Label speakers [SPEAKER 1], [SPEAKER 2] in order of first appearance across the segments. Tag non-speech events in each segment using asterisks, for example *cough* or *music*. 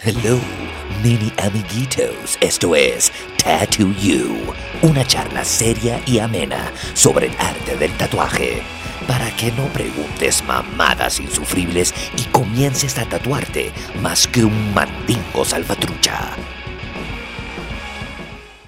[SPEAKER 1] Hello, mini amiguitos. Esto es Tattoo You, una charla seria y amena sobre el arte del tatuaje. Para que no preguntes mamadas insufribles y comiences a tatuarte más que un mandingo salvatrucha.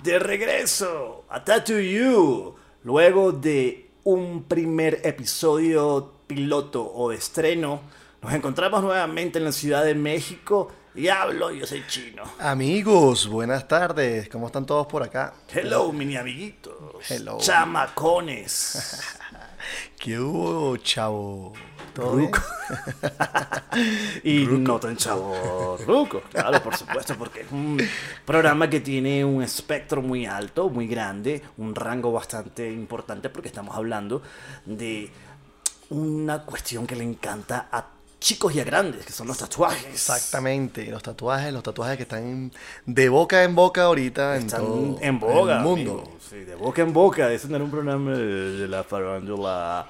[SPEAKER 2] De regreso a Tattoo You, luego de un primer episodio piloto o de estreno, nos encontramos nuevamente en la Ciudad de México y hablo, yo soy chino.
[SPEAKER 3] Amigos, buenas tardes. ¿Cómo están todos por acá?
[SPEAKER 2] Hello, mini amiguitos.
[SPEAKER 3] Hello.
[SPEAKER 2] Chamacones.
[SPEAKER 3] ¿Qué hubo, chavo? ¿Todo *laughs*
[SPEAKER 2] Ruco. y no tan chavo ruco, claro, por supuesto, porque es un programa que tiene un espectro muy alto, muy grande, un rango bastante importante, porque estamos hablando de una cuestión que le encanta a chicos y a grandes, que son los tatuajes.
[SPEAKER 3] bien? Exactamente. Los tatuajes, los tatuajes que están de boca en boca ahorita en
[SPEAKER 2] Están
[SPEAKER 3] todo
[SPEAKER 2] en boga.
[SPEAKER 3] el mundo.
[SPEAKER 2] amigo. Sí, de boca en boca. Eso no era un programa de, de la farándula.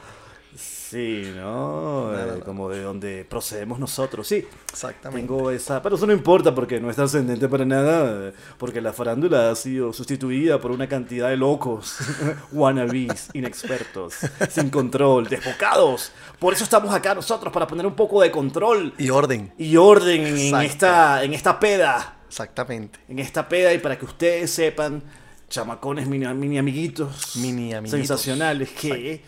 [SPEAKER 2] Sí, ¿no? Eh, Como de donde procedemos nosotros. Sí,
[SPEAKER 3] Exactamente.
[SPEAKER 2] tengo esa. Pero eso no importa porque no es trascendente para nada. eh, Porque la farándula ha sido sustituida por una cantidad de locos, *laughs* wannabes, inexpertos, sin control, desbocados. Por eso estamos acá nosotros, para poner un poco de control
[SPEAKER 3] Y orden.
[SPEAKER 2] y orden en
[SPEAKER 3] Exacto.
[SPEAKER 2] esta, en esta peda
[SPEAKER 3] Exactamente.
[SPEAKER 2] en esta peda y para que ustedes sepan, chamacones, mini, mini amiguitos,
[SPEAKER 3] Mini amiguitos.
[SPEAKER 2] sensacionales, que,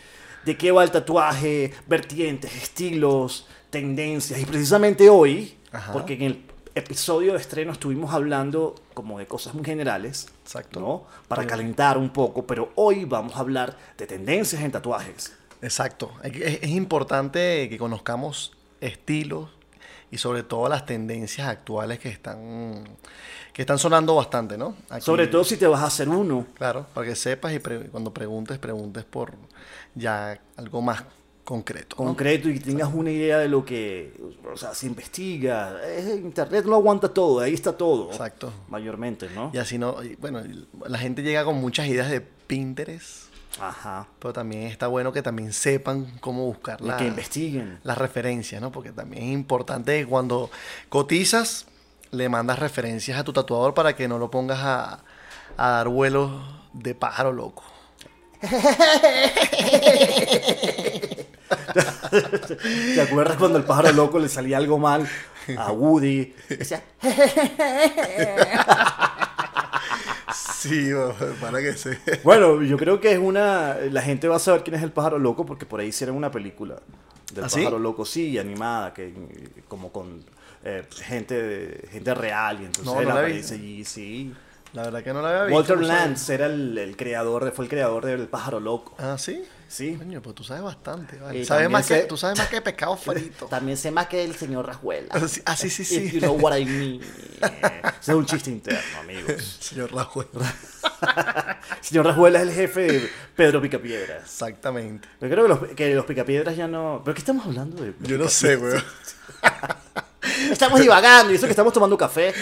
[SPEAKER 2] de qué va el tatuaje, vertientes, estilos, tendencias. Y precisamente hoy,
[SPEAKER 3] Ajá.
[SPEAKER 2] porque en el episodio de estreno estuvimos hablando como de cosas muy generales,
[SPEAKER 3] Exacto.
[SPEAKER 2] ¿no? Para calentar un poco, pero hoy vamos a hablar de tendencias en tatuajes.
[SPEAKER 3] Exacto. Hay que- Es, es importante que conozcamos estilos y sobre todo las tendencias actuales que están que están sonando bastante, ¿no? Aquí-
[SPEAKER 2] Sobre todo si te vas a hacer uno.
[SPEAKER 3] Claro, para que sepas y pre- cuando preguntes, preguntes por ya algo más concreto. ¿no?
[SPEAKER 2] concreto y tengas una idea de lo que, o sea, se investiga. Eh, Internet lo aguanta todo, ahí está todo.
[SPEAKER 3] Exacto.
[SPEAKER 2] Mayormente, ¿no?
[SPEAKER 3] Y así no, y bueno, y la gente llega con muchas ideas de Pinterest,
[SPEAKER 2] Ajá.
[SPEAKER 3] pero también está bueno que también sepan cómo buscar
[SPEAKER 2] Y
[SPEAKER 3] la-
[SPEAKER 2] que investiguen.
[SPEAKER 3] las referencias, ¿no? Porque también es importante que cuando cotizas, le mandas referencias a tu tatuador para que no lo pongas a, a dar vuelos de pájaro loco.
[SPEAKER 2] ¿Te acuerdas cuando el pájaro loco le salía algo mal a Woody? Decía, Ah,
[SPEAKER 3] Sí, *laughs* para que se...
[SPEAKER 2] Bueno, yo creo que es una. La gente va a saber quién es el pájaro loco porque por ahí hicieron una película del
[SPEAKER 3] ¿Ah, sí?
[SPEAKER 2] pájaro loco, sí, animada, que eh, como con eh, gente de- gente real y entonces
[SPEAKER 3] No,
[SPEAKER 2] él
[SPEAKER 3] no la vi.
[SPEAKER 2] aparece allí, sí.
[SPEAKER 3] La verdad que no la había visto.
[SPEAKER 2] Walter
[SPEAKER 3] no sabía.
[SPEAKER 2] Lance era el, el creador, de- fue el creador del pájaro loco.
[SPEAKER 3] Ah, ¿sí?
[SPEAKER 2] Sí.
[SPEAKER 3] Coño, pues tú sabes bastante, vale.
[SPEAKER 2] Y
[SPEAKER 3] Sabes
[SPEAKER 2] también
[SPEAKER 3] más
[SPEAKER 2] sé-
[SPEAKER 3] que, tú sabes más
[SPEAKER 2] *laughs*
[SPEAKER 3] que pescado frito.
[SPEAKER 2] También sé más que el señor Rajuela.
[SPEAKER 3] Ah, sí, ah, sí, sí, sí.
[SPEAKER 2] If you know what I mean. Eh, Ese es un chiste interno, amigos.
[SPEAKER 3] *laughs* Señor
[SPEAKER 2] *laughs*
[SPEAKER 3] Rajoy.
[SPEAKER 2] Señor Rajuela es el jefe de Pedro Picapiedras.
[SPEAKER 3] Exactamente.
[SPEAKER 2] Yo creo que los, que los Picapiedras ya no. ¿Pero qué estamos hablando de?
[SPEAKER 3] Yo no sé, weón.
[SPEAKER 2] Estamos divagando y eso que estamos tomando café.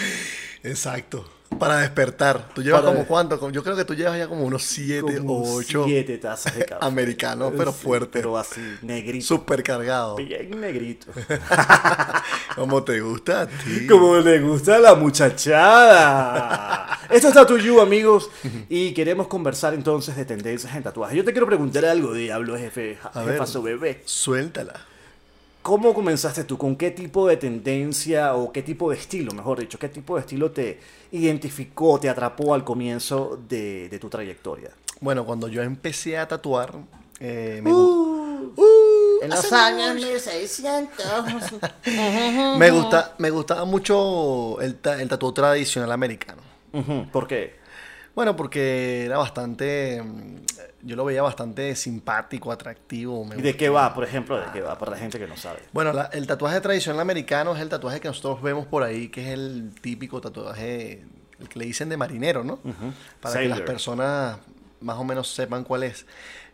[SPEAKER 3] Exacto. Para despertar. Tú llevas
[SPEAKER 2] Para-
[SPEAKER 3] como cuánto? Como- Yo creo que tú llevas ya como unos 7
[SPEAKER 2] Como
[SPEAKER 3] o 8
[SPEAKER 2] Siete tazas de café.
[SPEAKER 3] americanos, pero
[SPEAKER 2] Sí,
[SPEAKER 3] fuerte.
[SPEAKER 2] Pero así, negrito.
[SPEAKER 3] supercargados.
[SPEAKER 2] Bien
[SPEAKER 3] *laughs*
[SPEAKER 2] negrito.
[SPEAKER 3] Como te gusta a ti.
[SPEAKER 2] Como le gusta a la muchachada. Esto es Tattoo You, amigos. Y queremos conversar entonces de tendencias en tatuajes. Yo te quiero preguntar algo, diablo, jefe.
[SPEAKER 3] A ver.
[SPEAKER 2] Jefazo bebé.
[SPEAKER 3] Suéltala.
[SPEAKER 2] ¿Cómo comenzaste tú? ¿Con qué tipo de tendencia o qué tipo de estilo, mejor dicho? ¿Qué tipo de estilo te identificó, te atrapó al comienzo de, de tu trayectoria?
[SPEAKER 3] Bueno, cuando yo empecé a tatuar, eh, me,
[SPEAKER 4] En los años 1600.
[SPEAKER 2] Uh.
[SPEAKER 3] gu- me gusta, me gustaba mucho el, ta- el tatuaje tradicional americano.
[SPEAKER 2] Ujú, ¿Por qué?
[SPEAKER 3] Bueno, porque era bastante. mm, Yo lo veía bastante simpático, atractivo. me
[SPEAKER 2] ¿Y de
[SPEAKER 3] gusta.
[SPEAKER 2] qué va, por ejemplo? ¿De qué va? Para la gente que no sabe.
[SPEAKER 3] Bueno, la- el tatuaje tradicional americano es el tatuaje que nosotros vemos por ahí, que es el típico tatuaje, el que le dicen de marinero, ¿no? Para que las
[SPEAKER 2] Sailor.
[SPEAKER 3] personas más o menos sepan cuál es.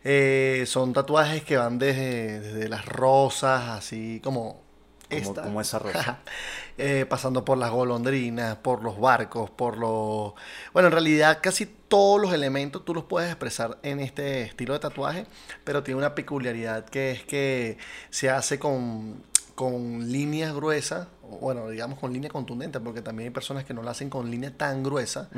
[SPEAKER 3] Eh, son tatuajes que van desde, desde las rosas, así como
[SPEAKER 2] Como,
[SPEAKER 3] esta.
[SPEAKER 2] como esa
[SPEAKER 3] *laughs*
[SPEAKER 2] rosa.
[SPEAKER 3] Eh, pasando por las golondrinas, por los barcos, por los... Bueno, en realidad casi todos los elementos tú los puedes expresar en este estilo de tatuaje, pero tiene una peculiaridad que es que se hace con, con líneas gruesas, o bueno, digamos con línea contundente, porque también hay personas que no la hacen con línea tan gruesa,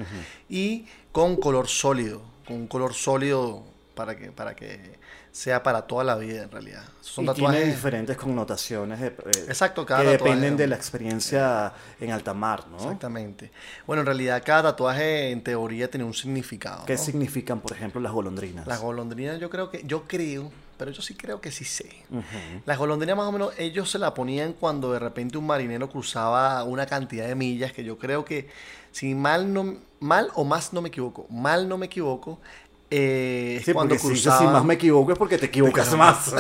[SPEAKER 3] y con color sólido, con un color sólido para que, para que sea para toda la vida en realidad. Son
[SPEAKER 2] y
[SPEAKER 3] tatuajes.
[SPEAKER 2] tiene diferentes connotaciones de- eh,
[SPEAKER 3] Exacto, cada
[SPEAKER 2] que
[SPEAKER 3] tatuaje-
[SPEAKER 2] dependen de la experiencia en alta mar, ¿no?
[SPEAKER 3] Exactamente. Bueno, en realidad cada tatuaje en teoría tiene un significado.
[SPEAKER 2] ¿Qué
[SPEAKER 3] ¿no?
[SPEAKER 2] significan, por ejemplo, las golondrinas?
[SPEAKER 3] Las golondrinas yo creo que, yo creo, pero yo sí creo que sí sé. Las golondrinas más o menos ellos se la ponían cuando de repente un marinero cruzaba una cantidad de millas que yo creo que, si mal no, mal o más no me equivoco, mal no me equivoco, eh, es
[SPEAKER 2] Sí,
[SPEAKER 3] cuando
[SPEAKER 2] porque si dices, si
[SPEAKER 3] cruzaba...
[SPEAKER 2] más me equivoco es porque te equivocas más.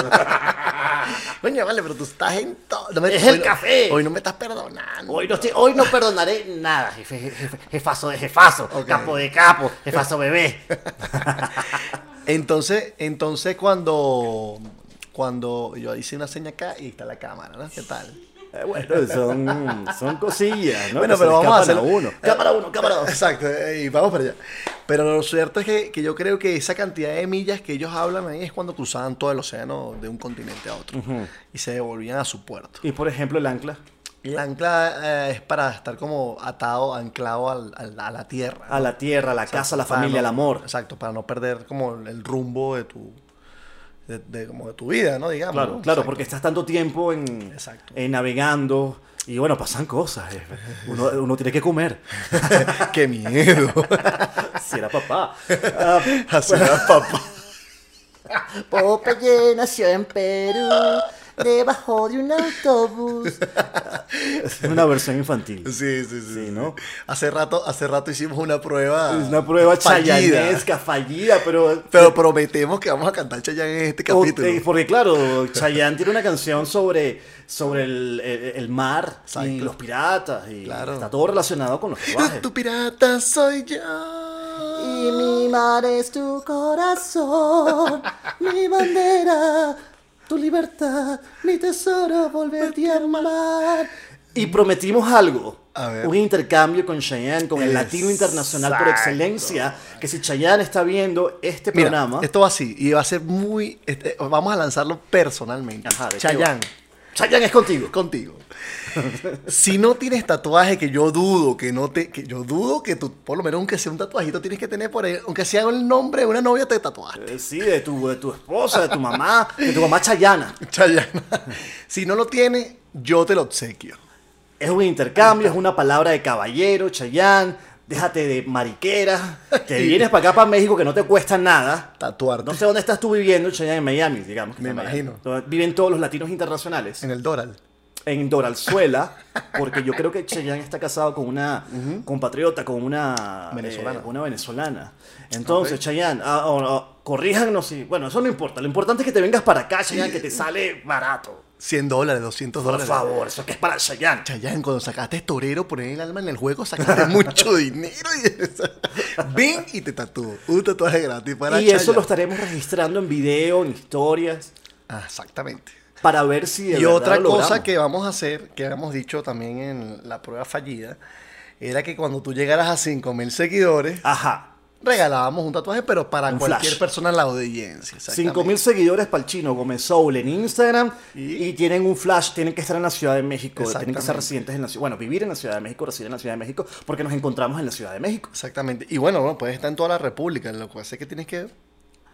[SPEAKER 3] Coño, vale, pero tú estás en todo. no me-
[SPEAKER 4] ¡Es
[SPEAKER 3] hoy
[SPEAKER 4] el
[SPEAKER 3] no-
[SPEAKER 4] café!
[SPEAKER 3] Hoy no me estás perdonando.
[SPEAKER 4] Hoy no, estoy- hoy no perdonaré nada, jefe, jefe- jefazo de jefazo,
[SPEAKER 3] Ok.
[SPEAKER 4] capo de capo, jefazo bebé.
[SPEAKER 3] *laughs* Entonces, entonces cuando, cuando yo hice una seña acá y está la cámara, ¿no? ¿Qué tal?
[SPEAKER 2] Eh, bueno, *laughs* son, son cosillas, ¿no?
[SPEAKER 3] Bueno,
[SPEAKER 2] Que se
[SPEAKER 3] pero
[SPEAKER 2] le
[SPEAKER 3] vamos a
[SPEAKER 2] escapan
[SPEAKER 3] hacer
[SPEAKER 2] uno.
[SPEAKER 3] Cámara uno, cámara dos. Exacto, eh, y vamos para allá. Pero lo cierto es que, que yo creo que esa cantidad de millas que ellos hablan ahí es cuando cruzaban todo el océano de un continente a otro y se devolvían a su puerto.
[SPEAKER 2] Y por ejemplo, el ancla.
[SPEAKER 3] El ancla eh, es para estar como atado, anclado al- al- a la tierra.
[SPEAKER 2] A la tierra, a la casa, a la
[SPEAKER 3] Para
[SPEAKER 2] familia,
[SPEAKER 3] no-
[SPEAKER 2] al amor.
[SPEAKER 3] Exacto, para no perder como el rumbo de tu, de, de- como de tu vida, ¿no? Digamos.
[SPEAKER 2] Claro,
[SPEAKER 3] ¿no? *laughs*
[SPEAKER 2] claro,
[SPEAKER 3] Exacto.
[SPEAKER 2] porque estás tanto tiempo en,
[SPEAKER 3] Exacto.
[SPEAKER 2] en navegando y bueno, pasan cosas. eh. Uno, uno tiene que comer.
[SPEAKER 3] ¡Qué miedo!
[SPEAKER 2] *laughs* Si era papá. Ah,
[SPEAKER 3] Así era papá.
[SPEAKER 4] Popeye nació en Perú, debajo de un autobús.
[SPEAKER 2] es una versión infantil.
[SPEAKER 3] *laughs* Sí, sí, sí. sí.
[SPEAKER 2] ¿no?
[SPEAKER 3] Hace rato, hace rato hicimos una prueba.
[SPEAKER 2] Es una prueba
[SPEAKER 3] fallida,
[SPEAKER 2] chayanesca, fallida, pero...
[SPEAKER 3] Pero prometemos que vamos a cantar Chayanne en este
[SPEAKER 2] o-
[SPEAKER 3] capítulo.
[SPEAKER 2] eh, porque claro, Chayanne tiene una canción sobre, sobre el, el- el mar y
[SPEAKER 3] Exacto.
[SPEAKER 2] los piratas y
[SPEAKER 3] Claro.
[SPEAKER 2] está todo relacionado con los *laughs* tatuajes.
[SPEAKER 3] Tu pirata soy yo.
[SPEAKER 4] Y mi mar es tu
[SPEAKER 2] *laughs*
[SPEAKER 4] corazón, mi bandera, tu libertad, mi tesoro, volverte a amar.
[SPEAKER 2] Y prometimos algo.
[SPEAKER 3] A ver.
[SPEAKER 2] Un intercambio con Chayanne, con el latino internacional por
[SPEAKER 3] Exacto.
[SPEAKER 2] excelencia. Que si Chayanne está viendo este
[SPEAKER 3] Mira,
[SPEAKER 2] programa.
[SPEAKER 3] esto va así y va a ser muy. este, vamos a lanzarlo personalmente.
[SPEAKER 2] Ajá, ¿de qué
[SPEAKER 3] Chayanne.
[SPEAKER 2] Chayanne es contigo.
[SPEAKER 3] contigo. si no tienes tatuaje, que yo dudo que no te, que yo dudo que tú, por lo menos aunque sea un tatuajito, tienes que tener por ahí, aunque sea el nombre de una novia
[SPEAKER 2] *laughs*
[SPEAKER 3] te tatuaste.
[SPEAKER 2] Eh, Sí, de tu, de tu esposa, de tu mamá, de tu mamá Chayana.
[SPEAKER 3] Chayanne. *laughs* si no lo tienes, yo te lo obsequio.
[SPEAKER 2] Es un intercambio, es una palabra de caballero, Chayanne. Déjate de mariquera.
[SPEAKER 3] *laughs*
[SPEAKER 2] Te vienes para acá, para México, que no te cuesta nada.
[SPEAKER 3] Tatuarte.
[SPEAKER 2] No sé dónde estás tú viviendo, Chayanne, en Miami, digamos. que
[SPEAKER 3] Me
[SPEAKER 2] está en Miami.
[SPEAKER 3] imagino.
[SPEAKER 2] Donde Viven todos los latinos internacionales.
[SPEAKER 3] En el Doral.
[SPEAKER 2] en Doralzuela, porque yo creo que Cheyenne está casado con una compatriota, con una
[SPEAKER 3] Venezolana.
[SPEAKER 2] eh, una venezolana. Entonces, Cheyenne, ah, oh, oh, corríjanos y bueno, eso no importa. Lo importante es que te vengas para acá, Cheyenne, que te sale barato.
[SPEAKER 3] 100 dólares, 200
[SPEAKER 2] Por
[SPEAKER 3] dólares.
[SPEAKER 2] favor, eso que es para Cheyenne.
[SPEAKER 3] Chayanne, cuando sacaste torero, poner el alma en el juego, sacaste *laughs* mucho dinero. Y Ven y te tatúo. Un tatuaje gratis para
[SPEAKER 2] Y eso lo
[SPEAKER 3] Chayanne.
[SPEAKER 2] estaremos registrando en video, en historias,
[SPEAKER 3] Ah, Exactamente.
[SPEAKER 2] para ver si de
[SPEAKER 3] Y
[SPEAKER 2] verdad
[SPEAKER 3] otra
[SPEAKER 2] lo
[SPEAKER 3] cosa
[SPEAKER 2] logramos.
[SPEAKER 3] que vamos a hacer, que habíamos dicho también en la prueba fallida, era que cuando tú llegaras a 5000 seguidores,
[SPEAKER 2] Ajá.
[SPEAKER 3] regalábamos un tatuaje, pero para
[SPEAKER 2] Un
[SPEAKER 3] cualquier
[SPEAKER 2] flash.
[SPEAKER 3] persona en la audiencia.
[SPEAKER 2] 5000 seguidores para el chino Gómez Soul en Instagram y,
[SPEAKER 3] Y-
[SPEAKER 2] tienen un flash, tienen que estar en la Ciudad de México, tienen que ser
[SPEAKER 3] Exactamente.
[SPEAKER 2] residentes en la ciudad, bueno, vivir en la Ciudad de México, residir en la Ciudad de México, porque nos encontramos en la Ciudad de México.
[SPEAKER 3] Exactamente. Y bueno, bueno, puedes estar en toda la República, lo cual sé que tienes que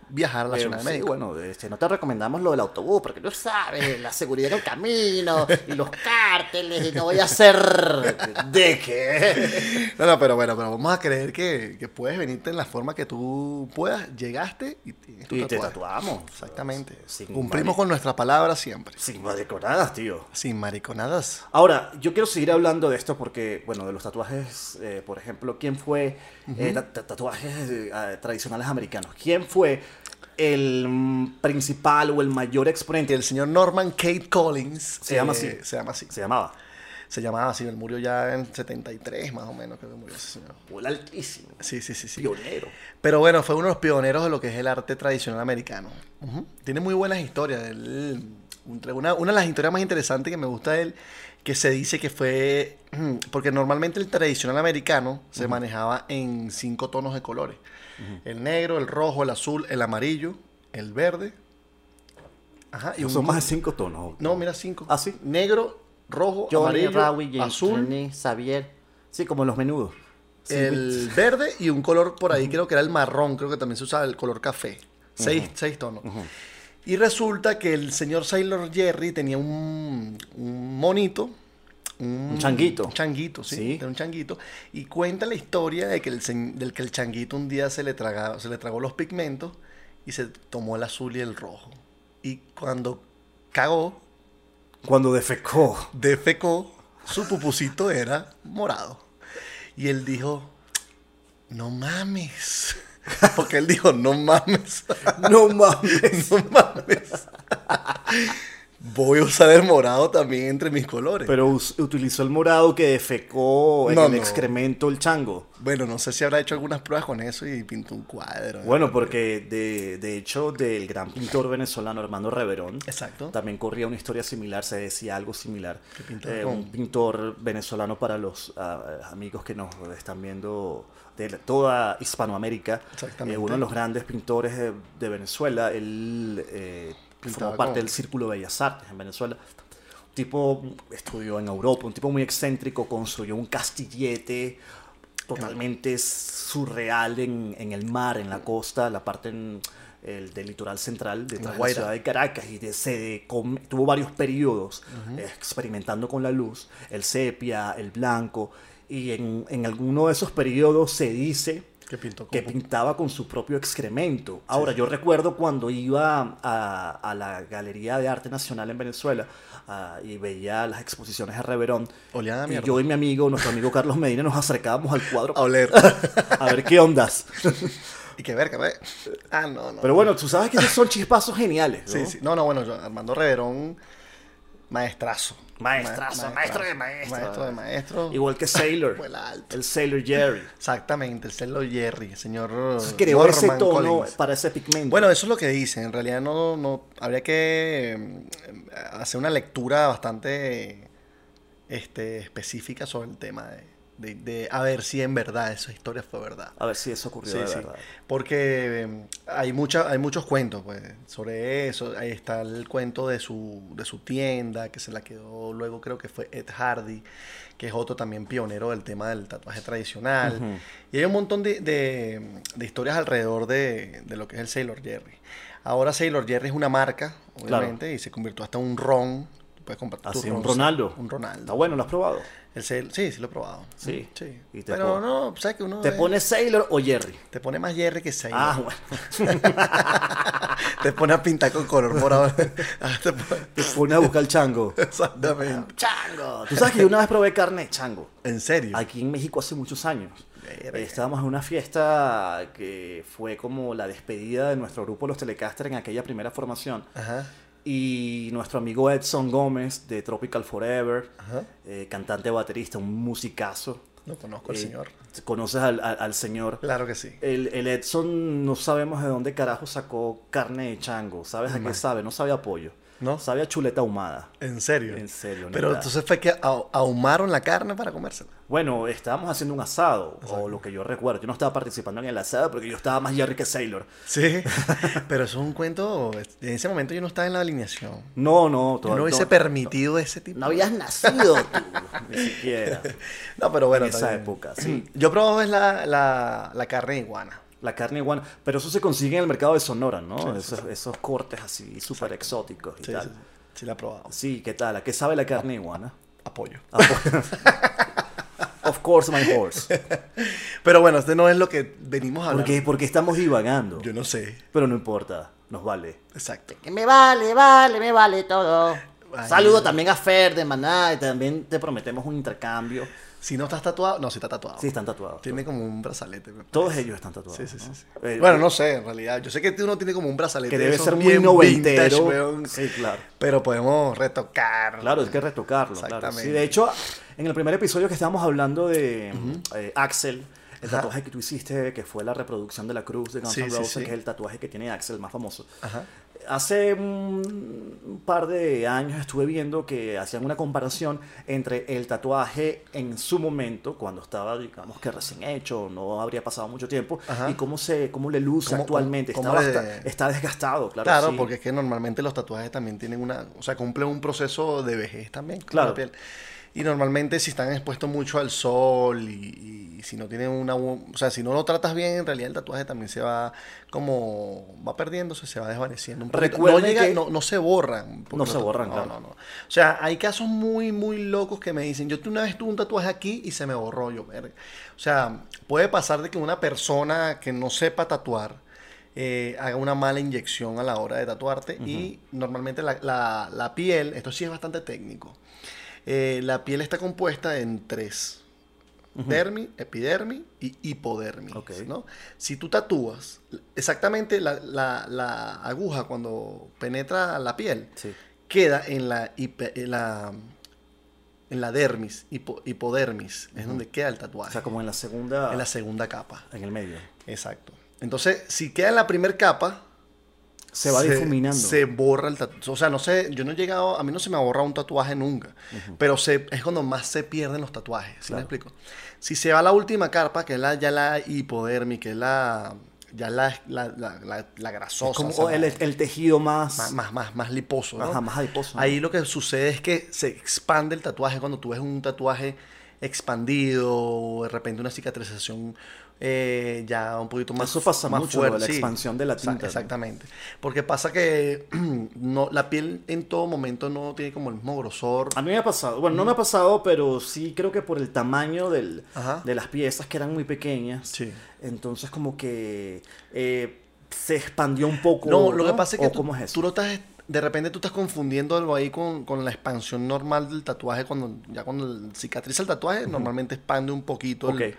[SPEAKER 3] viajar a la
[SPEAKER 2] Eh,
[SPEAKER 3] Ciudad de
[SPEAKER 2] sí,
[SPEAKER 3] México.
[SPEAKER 2] bueno, este, no te recomendamos lo del autobús, porque no sabes
[SPEAKER 4] ¿Sabes? La seguridad del camino y los cárteles y no voy a
[SPEAKER 3] *laughs*
[SPEAKER 4] ser...
[SPEAKER 2] de qué.
[SPEAKER 3] No, no, pero bueno, pero vamos a creer que, que puedes venirte en la forma que tú puedas. Llegaste y tienes tu
[SPEAKER 2] Y te
[SPEAKER 3] tatuaje.
[SPEAKER 2] tatuamos.
[SPEAKER 3] Exactamente.
[SPEAKER 2] Sin
[SPEAKER 3] Cumplimos
[SPEAKER 2] mari-
[SPEAKER 3] con nuestra palabra siempre.
[SPEAKER 2] Sin mariconadas, tío.
[SPEAKER 3] Sin mariconadas.
[SPEAKER 2] Ahora, yo quiero seguir hablando de esto porque, bueno, de los tatuajes, eh, por ejemplo, ¿quién fue eh, ta- ta- tatuajes eh, ah, tradicionales americanos? ¿Quién fue el mm, principal o el mayor exponente?
[SPEAKER 3] El señor Norman Kate Collins.
[SPEAKER 2] Se llama así.
[SPEAKER 3] Se llama así.
[SPEAKER 2] Se llamaba.
[SPEAKER 3] Se llamaba así. Él murió ya en 73 más o menos, creo que murió ese señor.
[SPEAKER 2] Vuela altísimo.
[SPEAKER 3] Sí, sí, sí, sí.
[SPEAKER 2] Pionero.
[SPEAKER 3] Pero bueno, fue uno de los pioneros de lo que es el arte tradicional americano. Ujú. Tiene muy buenas historias. Él, un- una, una de las historias más interesantes que me gusta de él, que se dice que fue... ujú, Porque normalmente el tradicional americano se manejaba en cinco tonos de colores. El negro, el rojo, el azul, el amarillo, el verde. Ajá, y
[SPEAKER 2] No
[SPEAKER 3] un
[SPEAKER 2] son
[SPEAKER 3] co-
[SPEAKER 2] más de cinco tonos.
[SPEAKER 3] No, mira, cinco.
[SPEAKER 2] ¿Ah, sí?
[SPEAKER 3] Negro, rojo,
[SPEAKER 2] Johnny,
[SPEAKER 3] amarillo,
[SPEAKER 2] Rawi, James,
[SPEAKER 3] azul,
[SPEAKER 2] René, Xavier. Sí, como los menudos. Sí,
[SPEAKER 3] el verde y un color por ahí, creo que era el marrón, creo que también se usaba el color café. Seis, seis tonos. Y resulta que el señor Sailor Jerry tenía un, un monito. Un,
[SPEAKER 2] Un changuito.
[SPEAKER 3] un changuito, sí,
[SPEAKER 2] Sí.
[SPEAKER 3] Era un changuito. Y cuenta la historia de que el, sen- del que el changuito un día se le, traga- se le tragó los pigmentos y se tomó el azul y el rojo. Y cuando cagó,
[SPEAKER 2] Cuando defecó. *laughs*
[SPEAKER 3] defecó, su pupusito era morado. Y él dijo, no mames. *laughs* Porque él dijo, no mames, *laughs*
[SPEAKER 2] No mames.
[SPEAKER 3] no mames. Voy a usar el morado también entre mis colores.
[SPEAKER 2] Pero us- utilizó el morado que defecó en
[SPEAKER 3] No,
[SPEAKER 2] el
[SPEAKER 3] no.
[SPEAKER 2] excremento el chango.
[SPEAKER 3] bueno, no sé si habrá hecho algunas pruebas con eso y pintó un cuadro.
[SPEAKER 2] Bueno, porque de, de hecho del gran pintor venezolano Armando Reverón,
[SPEAKER 3] Exacto.
[SPEAKER 2] también corría una historia similar, se decía algo similar.
[SPEAKER 3] pintaba
[SPEAKER 2] Eh,
[SPEAKER 3] con-
[SPEAKER 2] un pintor venezolano para los ah, amigos que nos están viendo de la- toda Hispanoamérica,
[SPEAKER 3] Exactamente.
[SPEAKER 2] Eh, uno de los grandes pintores de, de Venezuela, él eh,
[SPEAKER 3] Pintaba
[SPEAKER 2] formó parte
[SPEAKER 3] con-
[SPEAKER 2] del Círculo de Bellas Artes en Venezuela. Un tipo estudió en Europa, un tipo muy excéntrico, construyó un castillete totalmente surreal en, en el mar, en la costa, la parte en- el, del litoral central de
[SPEAKER 3] La
[SPEAKER 2] la
[SPEAKER 3] Guaira.
[SPEAKER 2] ciudad de Caracas y de- se com- tuvo varios periodos eh, experimentando con la luz, el sepia, el blanco, y en, en alguno de esos periodos se dice
[SPEAKER 3] Que pintó con
[SPEAKER 2] que
[SPEAKER 3] pu-
[SPEAKER 2] pintaba con su propio excremento. Ahora, yo recuerdo cuando iba a, a la Galería de Arte Nacional en Venezuela ah, y veía las exposiciones de Reverón,
[SPEAKER 3] Olía a
[SPEAKER 2] y
[SPEAKER 3] mierda.
[SPEAKER 2] yo y mi amigo, nuestro amigo Carlos Medina, nos acercábamos al cuadro
[SPEAKER 3] A oler. *laughs*
[SPEAKER 2] a ver qué ondas.
[SPEAKER 3] y que ver, que ver. Ah, no, no.
[SPEAKER 2] Pero bueno, tú sabes que esos son chispazos geniales. ¿no?
[SPEAKER 3] Sí, sí. No, no, bueno, yo- Armando Reverón, maestrazo.
[SPEAKER 2] Maestrazo,
[SPEAKER 3] Ma-
[SPEAKER 2] maestro de maestro.
[SPEAKER 3] Maestro de maestro.
[SPEAKER 2] Igual que Sailor.
[SPEAKER 3] Fue el alto.
[SPEAKER 2] el Sailor Jerry.
[SPEAKER 3] Exactamente, el celo Jerry, el señor uh,
[SPEAKER 2] Creó ese
[SPEAKER 3] Norman
[SPEAKER 2] tono
[SPEAKER 3] Collins.
[SPEAKER 2] para ese pigmento.
[SPEAKER 3] Bueno, eso es lo que dicen. En realidad no, no habría que mm, hacer una lectura bastante este, específica sobre el tema de, de- de a ver si en verdad esa historia fue verdad.
[SPEAKER 2] a ver si eso ocurrió
[SPEAKER 3] Sí,
[SPEAKER 2] de
[SPEAKER 3] sí.
[SPEAKER 2] verdad.
[SPEAKER 3] Porque mm, hay, mucha, hay muchos cuentos pues, sobre eso. Ahí está el cuento de su, de su tienda, que se la quedó luego, creo que fue Ed Hardy, que es otro también pionero del tema del tatuaje tradicional. Y hay un montón de, de- de historias alrededor de, de lo que es el Sailor Jerry. Ahora Sailor Jerry es una marca, obviamente, y se convirtió hasta en un ron. Tú Puedes comprar tu
[SPEAKER 2] Así, un
[SPEAKER 3] ron,
[SPEAKER 2] Ronaldo.
[SPEAKER 3] Un
[SPEAKER 2] Está
[SPEAKER 3] Ronaldo.
[SPEAKER 2] bueno, ¿lo has probado?
[SPEAKER 3] El Sailor- sí, sí lo he probado.
[SPEAKER 2] Sí.
[SPEAKER 3] sí.
[SPEAKER 2] Y te
[SPEAKER 3] Pero
[SPEAKER 2] pon-
[SPEAKER 3] no, pues, sabes que uno
[SPEAKER 2] ¿Te
[SPEAKER 3] es-
[SPEAKER 2] pones Sailor o Jerry?
[SPEAKER 3] te pone más Jerry que Sailor.
[SPEAKER 2] Ah, bueno.
[SPEAKER 3] Te pone a pintar con color morado. *laughs* Ah, te pone-
[SPEAKER 2] Te pones a buscar el chango.
[SPEAKER 3] Exactamente.
[SPEAKER 2] ¡Chango! Tú sabes que yo una vez probé carne de chango.
[SPEAKER 3] En serio.
[SPEAKER 2] Aquí en México hace muchos años.
[SPEAKER 3] Verga.
[SPEAKER 2] Eh, Estábamos en una fiesta que fue como la despedida de nuestro grupo Los Telecaster en aquella primera formación.
[SPEAKER 3] Ajá.
[SPEAKER 2] Y nuestro amigo Edson Gómez de Tropical Forever,
[SPEAKER 3] Ajá.
[SPEAKER 2] eh, cantante baterista, un musicazo.
[SPEAKER 3] No conozco al
[SPEAKER 2] Eh,
[SPEAKER 3] señor.
[SPEAKER 2] Conoces al, al- al señor.
[SPEAKER 3] Claro que sí.
[SPEAKER 2] El, el Edson no sabemos de dónde carajo sacó carne de chango. ¿Sabes a qué sabe? No sabe a pollo.
[SPEAKER 3] ¿No?
[SPEAKER 2] Sabe a chuleta ahumada.
[SPEAKER 3] En serio.
[SPEAKER 2] En serio,
[SPEAKER 3] Pero
[SPEAKER 2] neta.
[SPEAKER 3] entonces fue que ah- ahumaron la carne para comérsela.
[SPEAKER 2] Bueno, estábamos haciendo un asado, o lo que yo recuerdo. Yo no estaba participando en el asado porque yo estaba más Jerry que Sailor.
[SPEAKER 3] Sí. *laughs* Pero eso es un cuento. En ese momento yo no estaba en la alineación.
[SPEAKER 2] No, no,
[SPEAKER 3] Yo
[SPEAKER 2] todo-
[SPEAKER 3] no hubiese
[SPEAKER 2] no-
[SPEAKER 3] permitido ese tipo.
[SPEAKER 2] No habías nacido tú, *laughs* ni siquiera.
[SPEAKER 3] No, pero bueno.
[SPEAKER 2] en
[SPEAKER 3] está
[SPEAKER 2] esa
[SPEAKER 3] bien. Mm.
[SPEAKER 2] época, sí.
[SPEAKER 3] Yo probaba es la, la, la carne de iguana.
[SPEAKER 2] La carne iguana. Pero eso se consigue en el mercado de Sonora, ¿no? esos, esos cortes así súper exóticos y
[SPEAKER 3] Sí, sí,
[SPEAKER 2] tal.
[SPEAKER 3] sí la he probado.
[SPEAKER 2] Sí, ¿qué tal? ¿A qué sabe la carne iguana? Ah, pues,
[SPEAKER 3] Apoyo.
[SPEAKER 2] *laughs* Of course, my horse.
[SPEAKER 3] *laughs* Pero bueno, este no es lo que venimos a hablar.
[SPEAKER 2] Porque, porque estamos divagando.
[SPEAKER 3] Yo no sé.
[SPEAKER 2] Pero no importa, nos vale.
[SPEAKER 3] Exacto.
[SPEAKER 4] Que me vale, vale, me vale todo.
[SPEAKER 3] Ay,
[SPEAKER 2] Saludo también a Fer de Maná y también te prometemos un intercambio.
[SPEAKER 3] Si no estás tatuado, no, si está tatuado.
[SPEAKER 2] Sí, están tatuados.
[SPEAKER 3] Tiene como un brazalete. me
[SPEAKER 2] Todos
[SPEAKER 3] parece.
[SPEAKER 2] ellos están tatuados.
[SPEAKER 3] Sí, sí, sí.
[SPEAKER 2] ¿no?
[SPEAKER 3] sí.
[SPEAKER 2] Eh,
[SPEAKER 3] bueno, no sé, en realidad. Yo sé que uno tiene como un brazalete.
[SPEAKER 2] Que
[SPEAKER 3] de
[SPEAKER 2] debe
[SPEAKER 3] esos
[SPEAKER 2] ser muy
[SPEAKER 3] bien vintage,
[SPEAKER 2] noventero.
[SPEAKER 3] weón.
[SPEAKER 2] Sí, claro.
[SPEAKER 3] Pero podemos retocar.
[SPEAKER 2] Claro, hay que retocarlo. claro.
[SPEAKER 3] Exactamente.
[SPEAKER 2] Sí, de hecho, en el primer episodio que estábamos hablando de eh, Axel, el tatuaje que tú hiciste, que fue la reproducción de la cruz de Guns
[SPEAKER 3] Sí,
[SPEAKER 2] N'
[SPEAKER 3] sí,
[SPEAKER 2] Roses,
[SPEAKER 3] sí.
[SPEAKER 2] que es el tatuaje que tiene Axel, más famoso.
[SPEAKER 3] Ajá.
[SPEAKER 2] Hace un par de años estuve viendo que hacían una comparación entre el tatuaje en su momento, cuando estaba, digamos que recién hecho, no habría pasado mucho tiempo,
[SPEAKER 3] Ajá.
[SPEAKER 2] y cómo, se, cómo le luce
[SPEAKER 3] ¿Cómo-
[SPEAKER 2] actualmente.
[SPEAKER 3] cómo-
[SPEAKER 2] está,
[SPEAKER 3] cómo le-
[SPEAKER 2] basta- está desgastado, claro.
[SPEAKER 3] Claro,
[SPEAKER 2] sí.
[SPEAKER 3] porque es que normalmente los tatuajes también tienen una, o sea, cumplen un proceso de vejez también con
[SPEAKER 2] Claro.
[SPEAKER 3] la piel. Y normalmente si están expuestos mucho al sol y, y si no tienen una, bu- o sea, si no lo tratas bien, en realidad el tatuaje también se va como, va perdiéndose, se va desvaneciendo un poquito.
[SPEAKER 2] Recuerden
[SPEAKER 3] no, llega-
[SPEAKER 2] que-
[SPEAKER 3] no, no se borran. porque
[SPEAKER 2] No se borran,
[SPEAKER 3] no,
[SPEAKER 2] claro.
[SPEAKER 3] no, no. O sea, hay casos muy, muy locos que me dicen, yo tu- una vez tuve un tatuaje aquí y se me borró yo, verga. O sea, puede pasar de que una persona que no sepa tatuar eh, haga una mala inyección a la hora de tatuarte y normalmente la, la- la piel, esto sí es bastante técnico, eh, la piel está compuesta en tres. Dermi, epidermi y hipodermis,
[SPEAKER 2] Ok.
[SPEAKER 3] ¿no? Si tú tatúas, exactamente la, la- la aguja cuando penetra la piel,
[SPEAKER 2] Sí.
[SPEAKER 3] queda en la, hipe- en la, en la dermis, hipo- hipodermis, es donde queda el tatuaje,
[SPEAKER 2] O sea, como en la segunda.
[SPEAKER 3] en la segunda capa.
[SPEAKER 2] en el medio.
[SPEAKER 3] Exacto. Entonces, si queda en la primera capa,
[SPEAKER 2] Se va difuminando.
[SPEAKER 3] Se borra el tatuaje. O sea, no sé, yo no he llegado, a mí no se me ha borrado un tatuaje nunca. Pero se, es cuando más se pierden los tatuajes, ¿sí me explico? Si se va a la última carpa, que es la, ya la hipodermi, que es la, ya la, la, la, la- la grasosa.
[SPEAKER 2] como
[SPEAKER 3] o sea,
[SPEAKER 2] el, el tejido más.
[SPEAKER 3] más, más, más, más liposo, ¿no?
[SPEAKER 2] Ajá, más adiposo, ¿no?
[SPEAKER 3] Ahí lo que sucede es que se expande el tatuaje cuando tú ves un tatuaje expandido o de repente una cicatrización eh, ya un poquito más
[SPEAKER 2] Eso pasa
[SPEAKER 3] más
[SPEAKER 2] mucho, la expansión de la
[SPEAKER 3] Exa-
[SPEAKER 2] tinta, ¿no?
[SPEAKER 3] exactamente porque pasa que *clears throat* no la piel en todo momento no tiene como el mismo grosor
[SPEAKER 2] A mí me ha pasado, bueno, no me ha pasado, pero sí creo que por el tamaño del,
[SPEAKER 3] Ajá.
[SPEAKER 2] de las piezas que eran muy pequeñas,
[SPEAKER 3] Sí.
[SPEAKER 2] entonces como que eh, se expandió un poco.
[SPEAKER 3] No, lo que pasa es que
[SPEAKER 2] ¿O
[SPEAKER 3] tú,
[SPEAKER 2] ¿cómo es eso?
[SPEAKER 3] tú no estás, de repente tú estás confundiendo algo ahí con, con la expansión normal del tatuaje, cuando ya cuando el- cicatriza el tatuaje, normalmente expande un poquito. el-
[SPEAKER 2] Ok.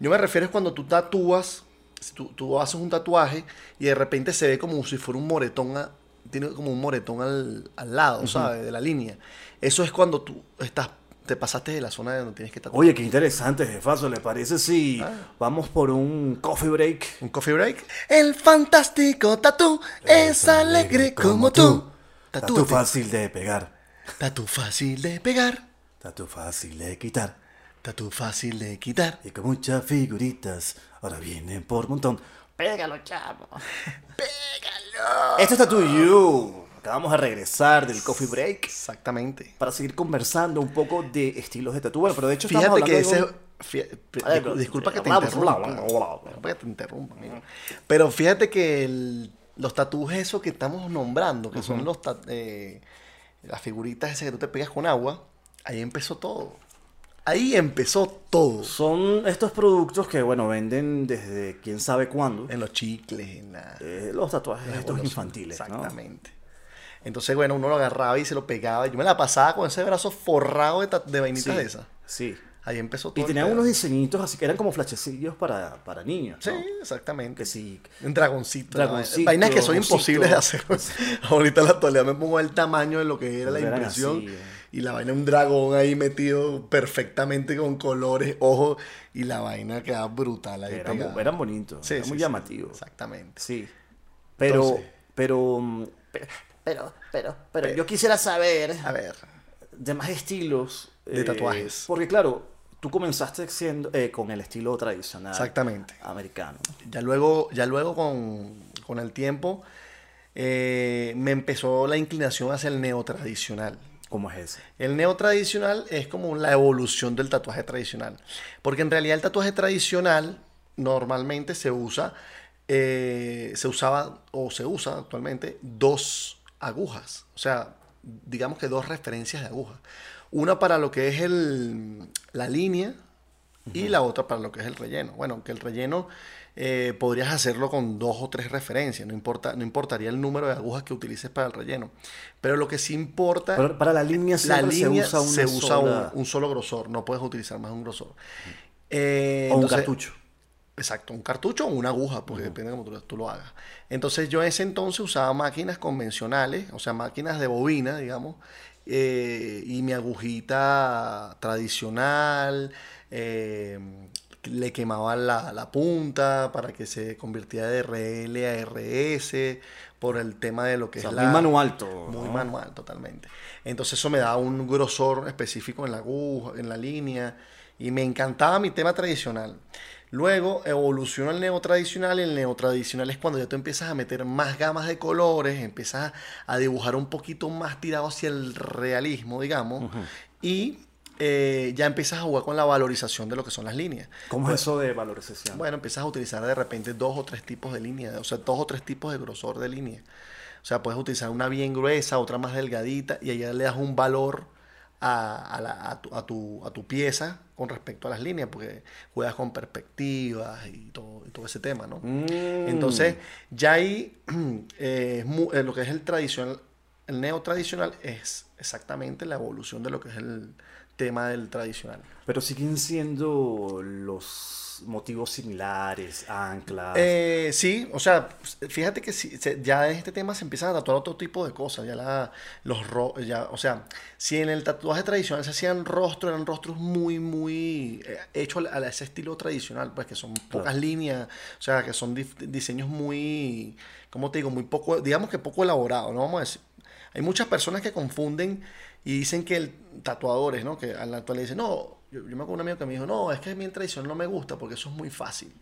[SPEAKER 3] yo me refiero es cuando tú tatúas, si tú, tú haces un tatuaje y de repente se ve como si fuera un moretón, a- tiene como un moretón al, al lado, ¿sabes? De la línea. Eso es cuando tú estás, te pasaste de la zona de donde tienes que tatuar.
[SPEAKER 2] Oye, qué interesante, jefazo, ¿le parece si
[SPEAKER 3] Ah.
[SPEAKER 2] vamos por un coffee break?
[SPEAKER 3] ¿Un coffee break? El fantástico tatú es alegre como tú.
[SPEAKER 2] Tatu
[SPEAKER 3] Tatúate.
[SPEAKER 2] fácil de pegar,
[SPEAKER 3] Tatu fácil de pegar,
[SPEAKER 2] tatu fácil de quitar,
[SPEAKER 3] tatu fácil de quitar.
[SPEAKER 2] y con muchas figuritas, ahora vienen por montón. Pégalo, chavo. Pégalo. Esto está tu you. Acabamos de regresar del coffee break.
[SPEAKER 3] Exactamente.
[SPEAKER 2] para seguir conversando un poco de estilos de tatu. Bueno, pero de hecho estamos
[SPEAKER 3] Fíjate que
[SPEAKER 2] hablando de
[SPEAKER 3] ese...
[SPEAKER 2] un-
[SPEAKER 3] fí- pe-
[SPEAKER 2] Ay,
[SPEAKER 3] discul-
[SPEAKER 2] pero-
[SPEAKER 3] disculpa que te
[SPEAKER 2] hablamos,
[SPEAKER 3] interrumpa.
[SPEAKER 2] hablamos, hablamos.
[SPEAKER 3] Disculpa que te interrumpa, amigo. Pero fíjate que el- los tatuajes esos que estamos nombrando, que son los ta- eh, las figuritas esas que tú te pegas con agua, ahí empezó todo. Ahí empezó todo.
[SPEAKER 2] Son estos productos que, bueno, venden desde quién sabe cuándo.
[SPEAKER 3] En los chicles, en la...
[SPEAKER 2] Eh, los tatuajes estos
[SPEAKER 3] Bueno,
[SPEAKER 2] infantiles, ¿no?
[SPEAKER 3] Exactamente. Entonces, bueno, uno lo agarraba y se lo pegaba. Yo me la pasaba con ese brazo forrado de, ta- de vainitas de
[SPEAKER 2] Sí,
[SPEAKER 3] esas.
[SPEAKER 2] sí.
[SPEAKER 3] Ahí empezó todo.
[SPEAKER 2] Y
[SPEAKER 3] el
[SPEAKER 2] tenían
[SPEAKER 3] pedo.
[SPEAKER 2] unos diseñitos así que eran como flashecillos para, para niños,
[SPEAKER 3] Sí,
[SPEAKER 2] ¿no?
[SPEAKER 3] exactamente.
[SPEAKER 2] Que sí.
[SPEAKER 3] Un dragoncito.
[SPEAKER 2] Dragoncito,
[SPEAKER 3] ¿no? Vainas que son
[SPEAKER 2] dragoncito.
[SPEAKER 3] imposibles de hacer.
[SPEAKER 2] *laughs*
[SPEAKER 3] Ahorita en la actualidad me pongo el tamaño de lo que era la
[SPEAKER 2] Eran así,
[SPEAKER 3] impresión.
[SPEAKER 2] eh.
[SPEAKER 3] Y la vaina, un dragón ahí metido perfectamente con colores, ojos. Y la vaina queda brutal ahí.
[SPEAKER 2] Eran,
[SPEAKER 3] pegada.
[SPEAKER 2] eran bonitos,
[SPEAKER 3] Sí,
[SPEAKER 2] eran
[SPEAKER 3] sí,
[SPEAKER 2] muy
[SPEAKER 3] sí.
[SPEAKER 2] llamativos.
[SPEAKER 3] Exactamente.
[SPEAKER 2] Sí. Pero,
[SPEAKER 3] Entonces.
[SPEAKER 2] pero, mm, pe- pero, pero, pero,
[SPEAKER 3] eh,
[SPEAKER 2] yo quisiera saber
[SPEAKER 3] A ver.
[SPEAKER 2] de más estilos. eh,
[SPEAKER 3] De tatuajes.
[SPEAKER 2] Porque claro, tú comenzaste siendo, eh, con el estilo tradicional.
[SPEAKER 3] Exactamente.
[SPEAKER 2] Americano.
[SPEAKER 3] Ya luego, ya luego con, con el tiempo eh, me empezó la inclinación hacia el neotradicional.
[SPEAKER 2] ¿Cómo es ese?
[SPEAKER 3] El neotradicional es como la evolución del tatuaje tradicional. Porque en realidad el tatuaje tradicional normalmente se usa, eh, se usaba o se usa actualmente dos agujas. O sea, digamos que dos referencias de agujas. Una para lo que es el, la línea y la otra para lo que es el relleno. Bueno, que el relleno eh, podrías hacerlo con dos o tres referencias, no, importa, no importaría el número de agujas que utilices para el relleno. Pero lo que sí importa...
[SPEAKER 2] Pero para la línea
[SPEAKER 3] la
[SPEAKER 2] siempre
[SPEAKER 3] línea
[SPEAKER 2] se usa, una
[SPEAKER 3] se usa
[SPEAKER 2] sola- Mm.
[SPEAKER 3] un, un solo grosor, no puedes utilizar más de un grosor. Eh,
[SPEAKER 2] o un
[SPEAKER 3] entonces-
[SPEAKER 2] cartucho.
[SPEAKER 3] Exacto, un cartucho o una aguja, porque depende de cómo tú, lo- tú lo hagas. Entonces yo en ese entonces usaba máquinas convencionales, o sea, máquinas de bobina, digamos, eh, y mi agujita tradicional, eh, le quemaban la, la punta para que se convirtiera de RL a RS por el tema de lo que
[SPEAKER 2] O sea,
[SPEAKER 3] es
[SPEAKER 2] muy
[SPEAKER 3] la...
[SPEAKER 2] manual todo.
[SPEAKER 3] Muy
[SPEAKER 2] ¿no?
[SPEAKER 3] manual, totalmente. Entonces eso me daba un grosor específico en la aguja, en la línea, y me encantaba mi tema tradicional. Luego evolucionó el neotradicional, y el neotradicional es cuando ya tú empiezas a meter más gamas de colores, empiezas a dibujar un poquito más tirado hacia el realismo, digamos, y eh, ya empiezas a jugar con la valorización de lo que son las líneas.
[SPEAKER 2] ¿Cómo es eso de valorización?
[SPEAKER 3] Bueno, empiezas a utilizar de repente dos o tres tipos de línea, o sea, dos o tres tipos de grosor de línea. O sea, puedes utilizar una bien gruesa, otra más delgadita, y allá le das un valor a, a la- a tu, a tu- a tu pieza con respecto a las líneas, porque juegas con perspectivas y todo, y todo ese tema, ¿no?
[SPEAKER 2] Mm.
[SPEAKER 3] Entonces, ya ahí *clears throat* eh, es mu- eh, lo que es el tradicional, el neotradicional es exactamente la evolución de lo que es el tema del tradicional.
[SPEAKER 2] Pero siguen siendo los motivos similares, anclas.
[SPEAKER 3] Eh, sí, o sea, fíjate que sí, se- ya en este tema se empiezan a tatuar otro tipo de cosas, ya la, los ro- ya, o sea, si en el tatuaje tradicional se hacían rostros, eran rostros muy, muy eh, hechos a, ese estilo tradicional, pues que son pocas líneas, o sea, que son dif- diseños muy, ¿cómo te digo? Muy poco, digamos que poco elaborados, ¿no? Vamos a decir, hay muchas personas que confunden y dicen que el tatuadores, ¿no? Que a la actualidad dicen, no, yo, yo me acuerdo de un amigo que me dijo, no, es que mi tradicional no me gusta porque eso es muy fácil.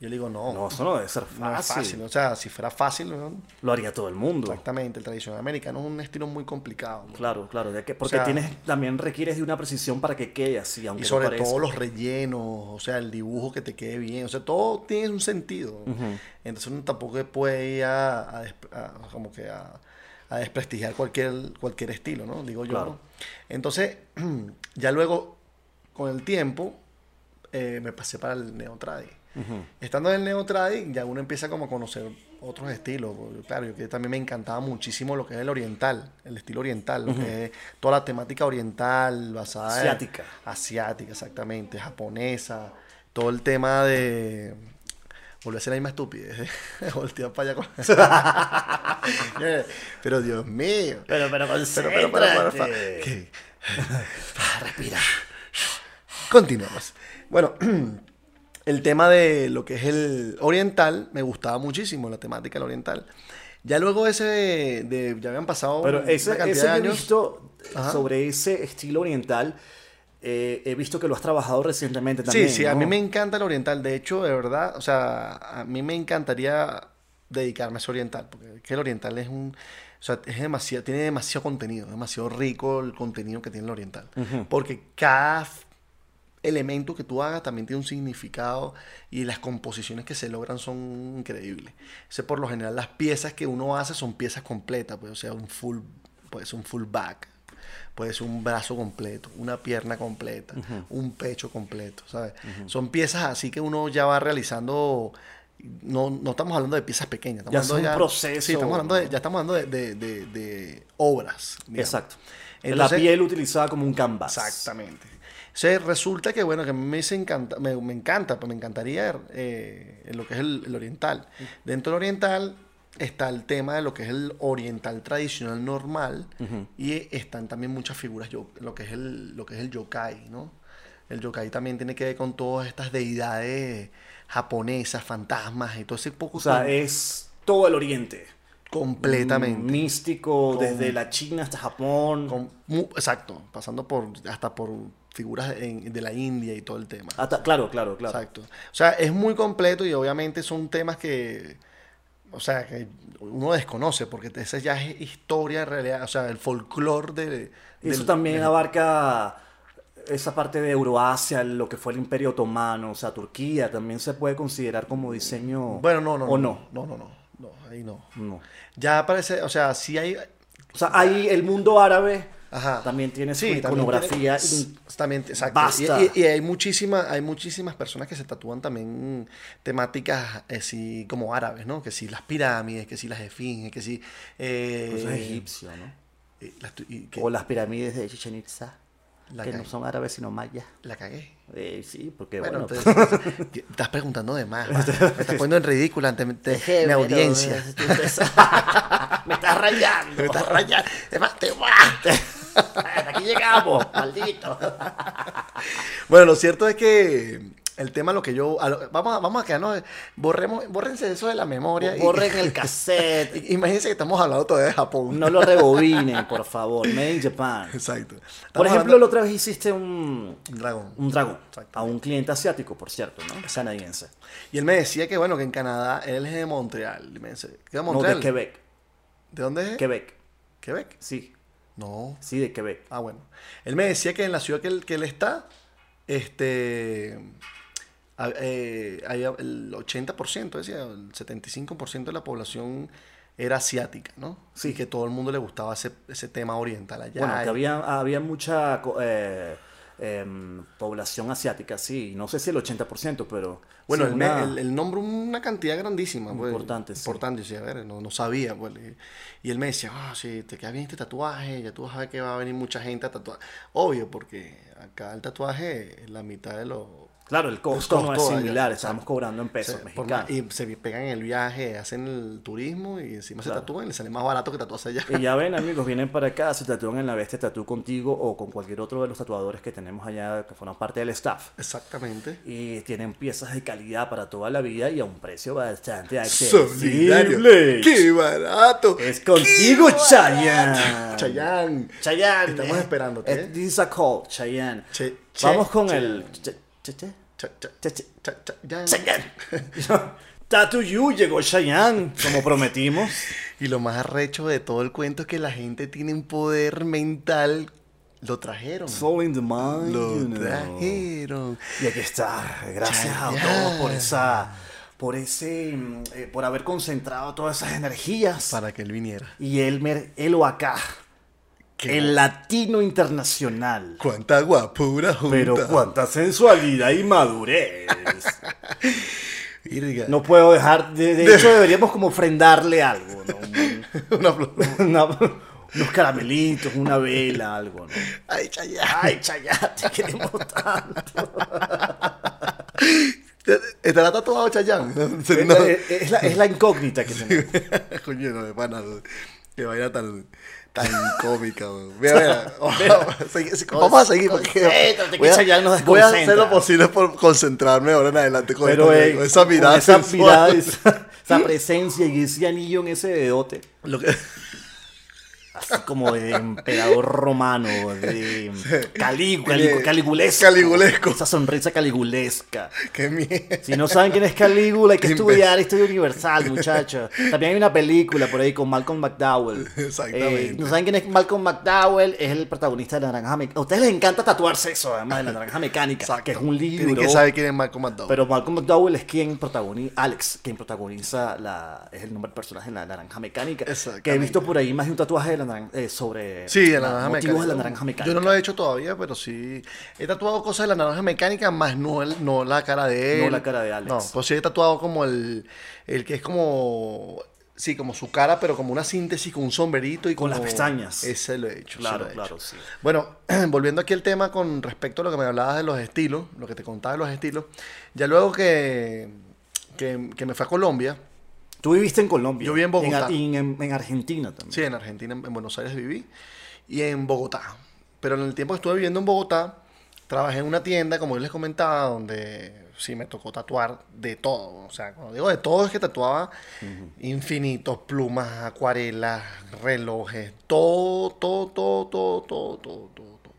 [SPEAKER 3] Yo le digo, no,
[SPEAKER 2] no, eso no debe ser
[SPEAKER 3] no es
[SPEAKER 2] fácil.
[SPEAKER 3] fácil. O sea, si fuera fácil, ¿no?
[SPEAKER 2] Lo haría todo el mundo.
[SPEAKER 3] exactamente, el tradicional americano es un estilo muy complicado. ¿no?
[SPEAKER 2] Claro, claro. de que- porque
[SPEAKER 3] sea-
[SPEAKER 2] tienes, también requieres de una precisión para que quede así, aunque
[SPEAKER 3] Y
[SPEAKER 2] no
[SPEAKER 3] sobre
[SPEAKER 2] parezca. *laughs*
[SPEAKER 3] todo los rellenos, o sea, el dibujo que te quede bien, o sea, todo tiene un sentido. Entonces uno tampoco puede ir a, a desp- a- como que a, a desprestigiar cualquier, cualquier estilo, ¿no? Digo yo.
[SPEAKER 2] Claro.
[SPEAKER 3] ¿no? Entonces, *clears throat* ya luego, con el tiempo, eh, me pasé para el neotradi. Estando en el neotradi, ya uno empieza como a conocer otros estilos. porque, Claro, yo que también me encantaba muchísimo lo que es el oriental, el estilo oriental, lo que es toda la temática oriental basada en-
[SPEAKER 2] Asiática.
[SPEAKER 3] asiática, exactamente, japonesa, todo el tema de... Volví a hacer la misma estupidez, *laughs* ¿eh? voltear para allá con... *laughs* pero Dios mío.
[SPEAKER 2] Pero, pero,
[SPEAKER 3] Pero, pero, para,
[SPEAKER 2] *laughs*
[SPEAKER 3] para, para.
[SPEAKER 2] concéntrate.
[SPEAKER 3] *laughs* ¿Qué? Respira. Continuamos. Bueno, *clears throat* el tema de lo que es el oriental me gustaba muchísimo, la temática del oriental. Ya luego ese de, de- ya habían pasado
[SPEAKER 2] Pero
[SPEAKER 3] una
[SPEAKER 2] ese,
[SPEAKER 3] cantidad
[SPEAKER 2] ese
[SPEAKER 3] de
[SPEAKER 2] yo he
[SPEAKER 3] años.
[SPEAKER 2] visto
[SPEAKER 3] Ajá.
[SPEAKER 2] sobre ese estilo oriental, eh, he visto que lo has trabajado recientemente
[SPEAKER 3] Sí,
[SPEAKER 2] también.
[SPEAKER 3] sí, a mí
[SPEAKER 2] ¿no?
[SPEAKER 3] me encanta el oriental. De hecho, de verdad, o sea, a mí me encantaría dedicarme a ese oriental, porque es que el oriental es un, o sea, es demasiado, tiene demasiado contenido, demasiado rico el contenido que tiene el oriental, porque cada f- elemento que tú hagas también tiene un significado y las composiciones que se logran son increíbles. O sea, por lo general las piezas que uno hace son piezas completas, pues, o sea, un full, puede ser un full back, puede ser un brazo completo, una pierna completa, un pecho completo, ¿sabes? Son piezas así que uno ya va realizando. No, no estamos hablando de piezas pequeñas, estamos
[SPEAKER 2] Ya
[SPEAKER 3] hablando
[SPEAKER 2] es un proceso,
[SPEAKER 3] Sí, estamos hablando de-
[SPEAKER 2] ¿no?
[SPEAKER 3] ya estamos hablando de, de- de- de obras. digamos.
[SPEAKER 2] Exacto.
[SPEAKER 3] Entonces-
[SPEAKER 2] la piel utilizada como un canvas.
[SPEAKER 3] Exactamente. O sea, resulta que, bueno, que a mí me, se encanta, me, me encanta, pues me encantaría eh, en lo que es el, el oriental. Dentro del oriental está el tema de lo que es el oriental tradicional normal y están también muchas figuras, yo- lo que es el, lo que es el yokai, ¿no? El yokai también tiene que ver con todas estas deidades japonesas, fantasmas y todo ese poco
[SPEAKER 2] O sea, eh,
[SPEAKER 3] con-
[SPEAKER 2] es todo el oriente.
[SPEAKER 3] completamente.
[SPEAKER 2] Místico,
[SPEAKER 3] Con-
[SPEAKER 2] desde la China hasta Japón,
[SPEAKER 3] Con- mu- exacto, pasando por hasta por figuras en- de la India y todo el tema.
[SPEAKER 2] hasta- claro, claro, claro.
[SPEAKER 3] Exacto. O sea, es muy completo y obviamente son temas que, o sea, que uno desconoce porque esa ya es historia, en realidad, o sea, el folclore de...
[SPEAKER 2] Eso
[SPEAKER 3] del-
[SPEAKER 2] también abarca esa parte de Euroasia, lo que fue el Imperio Otomano, o sea, Turquía también se puede considerar como diseño.
[SPEAKER 3] Bueno, no, no,
[SPEAKER 2] o
[SPEAKER 3] no,
[SPEAKER 2] no. Mm.
[SPEAKER 3] no, no, no, no, ahí no.
[SPEAKER 2] no.
[SPEAKER 3] Ya parece, o sea, sí hay...
[SPEAKER 2] O sea, ahí el mundo árabe
[SPEAKER 3] Ajá.
[SPEAKER 2] también tiene su
[SPEAKER 3] Sí, también
[SPEAKER 2] iconografía.
[SPEAKER 3] tiene-
[SPEAKER 2] in-
[SPEAKER 3] también, exacto.
[SPEAKER 2] Basta.
[SPEAKER 3] Y, y- y hay, muchísima, hay muchísimas personas que se tatúan también temáticas eh, sí, como árabes, ¿no? Que sí, las pirámides, que sí, las esfinges, que sí... eh,
[SPEAKER 2] Eso es egipcio, ¿no?
[SPEAKER 3] eh, las tu- y que-
[SPEAKER 2] O las pirámides de Chichen Itza,
[SPEAKER 3] La
[SPEAKER 2] que
[SPEAKER 3] calle.
[SPEAKER 2] no son árabes sino mayas.
[SPEAKER 3] La cagué.
[SPEAKER 2] Eh, sí, porque
[SPEAKER 3] Bueno, pues.
[SPEAKER 2] bueno, *laughs*
[SPEAKER 3] entonces, *laughs* que- estás preguntando de *laughs* más. va. Me estás poniendo en ridículo ante ante mi audiencia.
[SPEAKER 2] Este, me estás rayando.
[SPEAKER 3] *laughs* Me *laughs* estás rayando. Además, te *laughs* voy
[SPEAKER 2] Hasta aquí llegamos, maldito.
[SPEAKER 3] a- Bueno, lo cierto es que mm, El tema lo que yo. a lo- vamos, a, vamos a quedarnos. Borremos, bórrense eso de la memoria. y-
[SPEAKER 2] Borren el cassette.
[SPEAKER 3] imagínense que estamos hablando todavía de Japón.
[SPEAKER 2] No lo rebobinen, por favor. Made in Japan.
[SPEAKER 3] *laughs* Exacto.
[SPEAKER 2] Por
[SPEAKER 3] Estamos
[SPEAKER 2] ejemplo, la
[SPEAKER 3] hablando-
[SPEAKER 2] otra vez hiciste un,
[SPEAKER 3] Dragón.
[SPEAKER 2] un dragón
[SPEAKER 3] Exacto.
[SPEAKER 2] a un cliente asiático, por cierto, ¿no? Canadiense.
[SPEAKER 3] Y él me decía que, bueno, que en Canadá él es de Montreal. Y me dice, ¿qué de
[SPEAKER 2] No,
[SPEAKER 3] Montreal?
[SPEAKER 2] de Quebec.
[SPEAKER 3] ¿De dónde es?
[SPEAKER 2] Quebec.
[SPEAKER 3] Quebec.
[SPEAKER 2] Sí,
[SPEAKER 3] No.
[SPEAKER 2] sí, de Quebec.
[SPEAKER 3] Ah, bueno. Él me decía que en la ciudad que él, que él está, este. a- eh, había el 80%, decía, el 75% de la población era asiática, ¿no?
[SPEAKER 2] Sí.
[SPEAKER 3] Y que todo el mundo le gustaba ese, ese tema oriental allá.
[SPEAKER 2] Bueno,
[SPEAKER 3] Y-
[SPEAKER 2] que había, había mucha co- eh, em, población asiática, sí. No sé si el 80%, pero...
[SPEAKER 3] Bueno,
[SPEAKER 2] sí,
[SPEAKER 3] él, me-
[SPEAKER 2] una-
[SPEAKER 3] él- él nombró una cantidad grandísima. pues,
[SPEAKER 2] Importante, sí.
[SPEAKER 3] Importante, sí, a ver, no, no sabía. pues, y- Y él me decía, ah, sí, te queda bien este tatuaje, ya tú vas a ver que va a venir mucha gente a tatuar. Obvio, porque acá el tatuaje es la mitad de lo...
[SPEAKER 2] Claro, el costo,
[SPEAKER 3] El costo
[SPEAKER 2] no es
[SPEAKER 3] allá,
[SPEAKER 2] similar.
[SPEAKER 3] exacto.
[SPEAKER 2] Estamos cobrando en
[SPEAKER 3] se-
[SPEAKER 2] pesos
[SPEAKER 3] por más-
[SPEAKER 2] mexicanos.
[SPEAKER 3] y se pegan en el viaje, hacen el turismo y encima
[SPEAKER 2] Claro.
[SPEAKER 3] se tatúan y les sale más barato que tatuarse allá.
[SPEAKER 2] Y ya ven, amigos, vienen para acá, se tatúan en la bestia, tatú contigo o con cualquier otro de los tatuadores que tenemos allá que forman parte del staff.
[SPEAKER 3] Exactamente.
[SPEAKER 2] Y tienen piezas de calidad para toda la vida y a un precio bastante
[SPEAKER 3] Solidario.
[SPEAKER 2] accesible.
[SPEAKER 3] ¡Qué barato!
[SPEAKER 2] Es contigo, Chayanne.
[SPEAKER 3] Chayanne.
[SPEAKER 2] Chayanne.
[SPEAKER 3] Estamos esperándote,
[SPEAKER 2] Eh,
[SPEAKER 3] ¿eh?
[SPEAKER 2] This is a call, Chayanne.
[SPEAKER 3] Che-
[SPEAKER 2] Vamos
[SPEAKER 3] che-
[SPEAKER 2] con
[SPEAKER 3] che-
[SPEAKER 2] el... Che- che- che-
[SPEAKER 3] Cha- cha-
[SPEAKER 2] che- che-
[SPEAKER 3] cha- Chayanne.
[SPEAKER 2] Chayanne. *laughs* Tattoo You llegó Chayanne, como prometimos.
[SPEAKER 3] Y lo más arrecho de todo el cuento es que la gente tiene un poder mental. Lo trajeron.
[SPEAKER 2] Soul in the mind, you
[SPEAKER 3] Lo
[SPEAKER 2] know.
[SPEAKER 3] trajeron.
[SPEAKER 2] Y aquí está. Gracias a todos
[SPEAKER 3] Chayanne.
[SPEAKER 2] por esa, por ese, mm, eh, por haber concentrado todas esas energías.
[SPEAKER 3] Para que él viniera.
[SPEAKER 2] Y Elmer, Elo acá,
[SPEAKER 3] Qué
[SPEAKER 2] el latino internacional.
[SPEAKER 3] Cuánta guapura junta.
[SPEAKER 2] Pero cuánta sensualidad y
[SPEAKER 3] *laughs*
[SPEAKER 2] madurez.
[SPEAKER 3] Virga.
[SPEAKER 2] No puedo dejar, de, de hecho deberíamos como ofrendarle algo, ¿no? Un-
[SPEAKER 3] *laughs* Una flor.
[SPEAKER 2] una- unos caramelitos, una vela, algo, ¿no?
[SPEAKER 3] Ay, Chayanne.
[SPEAKER 2] Ay, Chayá, te queremos tanto.
[SPEAKER 3] *laughs* ¿Estará tatuado Chayanne? *laughs*
[SPEAKER 2] Es,
[SPEAKER 3] No.
[SPEAKER 2] la, es la- es la incógnita que tenemos.
[SPEAKER 3] Coño, no, de pana. no. Qué vaina tan,
[SPEAKER 2] *laughs*
[SPEAKER 3] tan cómica, weón. Mira, mira. Vamos, segui- segui- vamos a seguir. Porque
[SPEAKER 2] Concéntrate, que
[SPEAKER 3] voy,
[SPEAKER 2] Chayanne nos
[SPEAKER 3] a, voy a hacer
[SPEAKER 2] desconcentra.
[SPEAKER 3] lo posible por concentrarme ahora en adelante con,
[SPEAKER 2] Pero
[SPEAKER 3] esta-
[SPEAKER 2] eh,
[SPEAKER 3] con esa
[SPEAKER 2] con
[SPEAKER 3] mirada.
[SPEAKER 2] esa,
[SPEAKER 3] sensual.
[SPEAKER 2] mirada, esa,
[SPEAKER 3] *laughs*
[SPEAKER 2] esa presencia y ese anillo en ese dedote,
[SPEAKER 3] Lo que-
[SPEAKER 2] así como de emperador romano,
[SPEAKER 3] *laughs*
[SPEAKER 2] de cali- cali-
[SPEAKER 3] Tiene-
[SPEAKER 2] caligulesco.
[SPEAKER 3] caligulesco.
[SPEAKER 2] Esa sonrisa caligulesca.
[SPEAKER 3] Qué mierda.
[SPEAKER 2] Si no saben quién es Calígula, hay que
[SPEAKER 3] Imbécil.
[SPEAKER 2] estudiar historia universal, muchachos. También hay una película por ahí con Malcolm
[SPEAKER 3] *laughs*
[SPEAKER 2] McDowell.
[SPEAKER 3] Exactamente.
[SPEAKER 2] Eh, no saben quién es Malcolm McDowell, es el protagonista de La Naranja Mecánica. A ustedes les encanta tatuarse eso, además de La Naranja Mecánica, que es un
[SPEAKER 3] Tienen
[SPEAKER 2] libro.
[SPEAKER 3] que saber quién es Marco McDowell.
[SPEAKER 2] Pero Malcolm McDowell es quien protagoniza, Alex, quien protagoniza, la, es el nombre del personaje en La Naranja Mecánica. Que he
[SPEAKER 3] Exactamente.
[SPEAKER 2] visto por ahí más de un tatuaje de la naran- eh, sobre
[SPEAKER 3] sí, de
[SPEAKER 2] na-
[SPEAKER 3] la, naranja
[SPEAKER 2] motivos
[SPEAKER 3] mecánica.
[SPEAKER 2] de la naranja mecánica.
[SPEAKER 3] Yo no lo he hecho todavía, pero sí. He tatuado cosas de la naranja mecánica, más no, el- no la cara de él.
[SPEAKER 2] No la cara de Alex.
[SPEAKER 3] No, pues sí he tatuado como el, el que es como. Sí, como su cara, pero como una síntesis con un sombrerito y
[SPEAKER 2] Con las
[SPEAKER 3] como-
[SPEAKER 2] pestañas.
[SPEAKER 3] Ese lo he hecho. sí
[SPEAKER 2] Claro,
[SPEAKER 3] lo he
[SPEAKER 2] claro,
[SPEAKER 3] hecho.
[SPEAKER 2] sí.
[SPEAKER 3] Bueno, *clears throat* volviendo aquí al tema con respecto a lo que me hablabas de los estilos, lo que te contaba de los estilos. Ya luego que, que, que me fue a Colombia,
[SPEAKER 2] Tú viviste en Colombia.
[SPEAKER 3] Yo viví en Bogotá.
[SPEAKER 2] Ar- y En, en- en Argentina también.
[SPEAKER 3] Sí, en Argentina, en en Buenos Aires viví y en Bogotá. Pero en el tiempo que estuve viviendo en Bogotá, trabajé en una tienda, como yo les comentaba, donde sí me tocó tatuar de todo. O sea, cuando digo de todo es que tatuaba infinitos, plumas, acuarelas, relojes, todo, todo, todo, todo, todo, todo, todo, todo.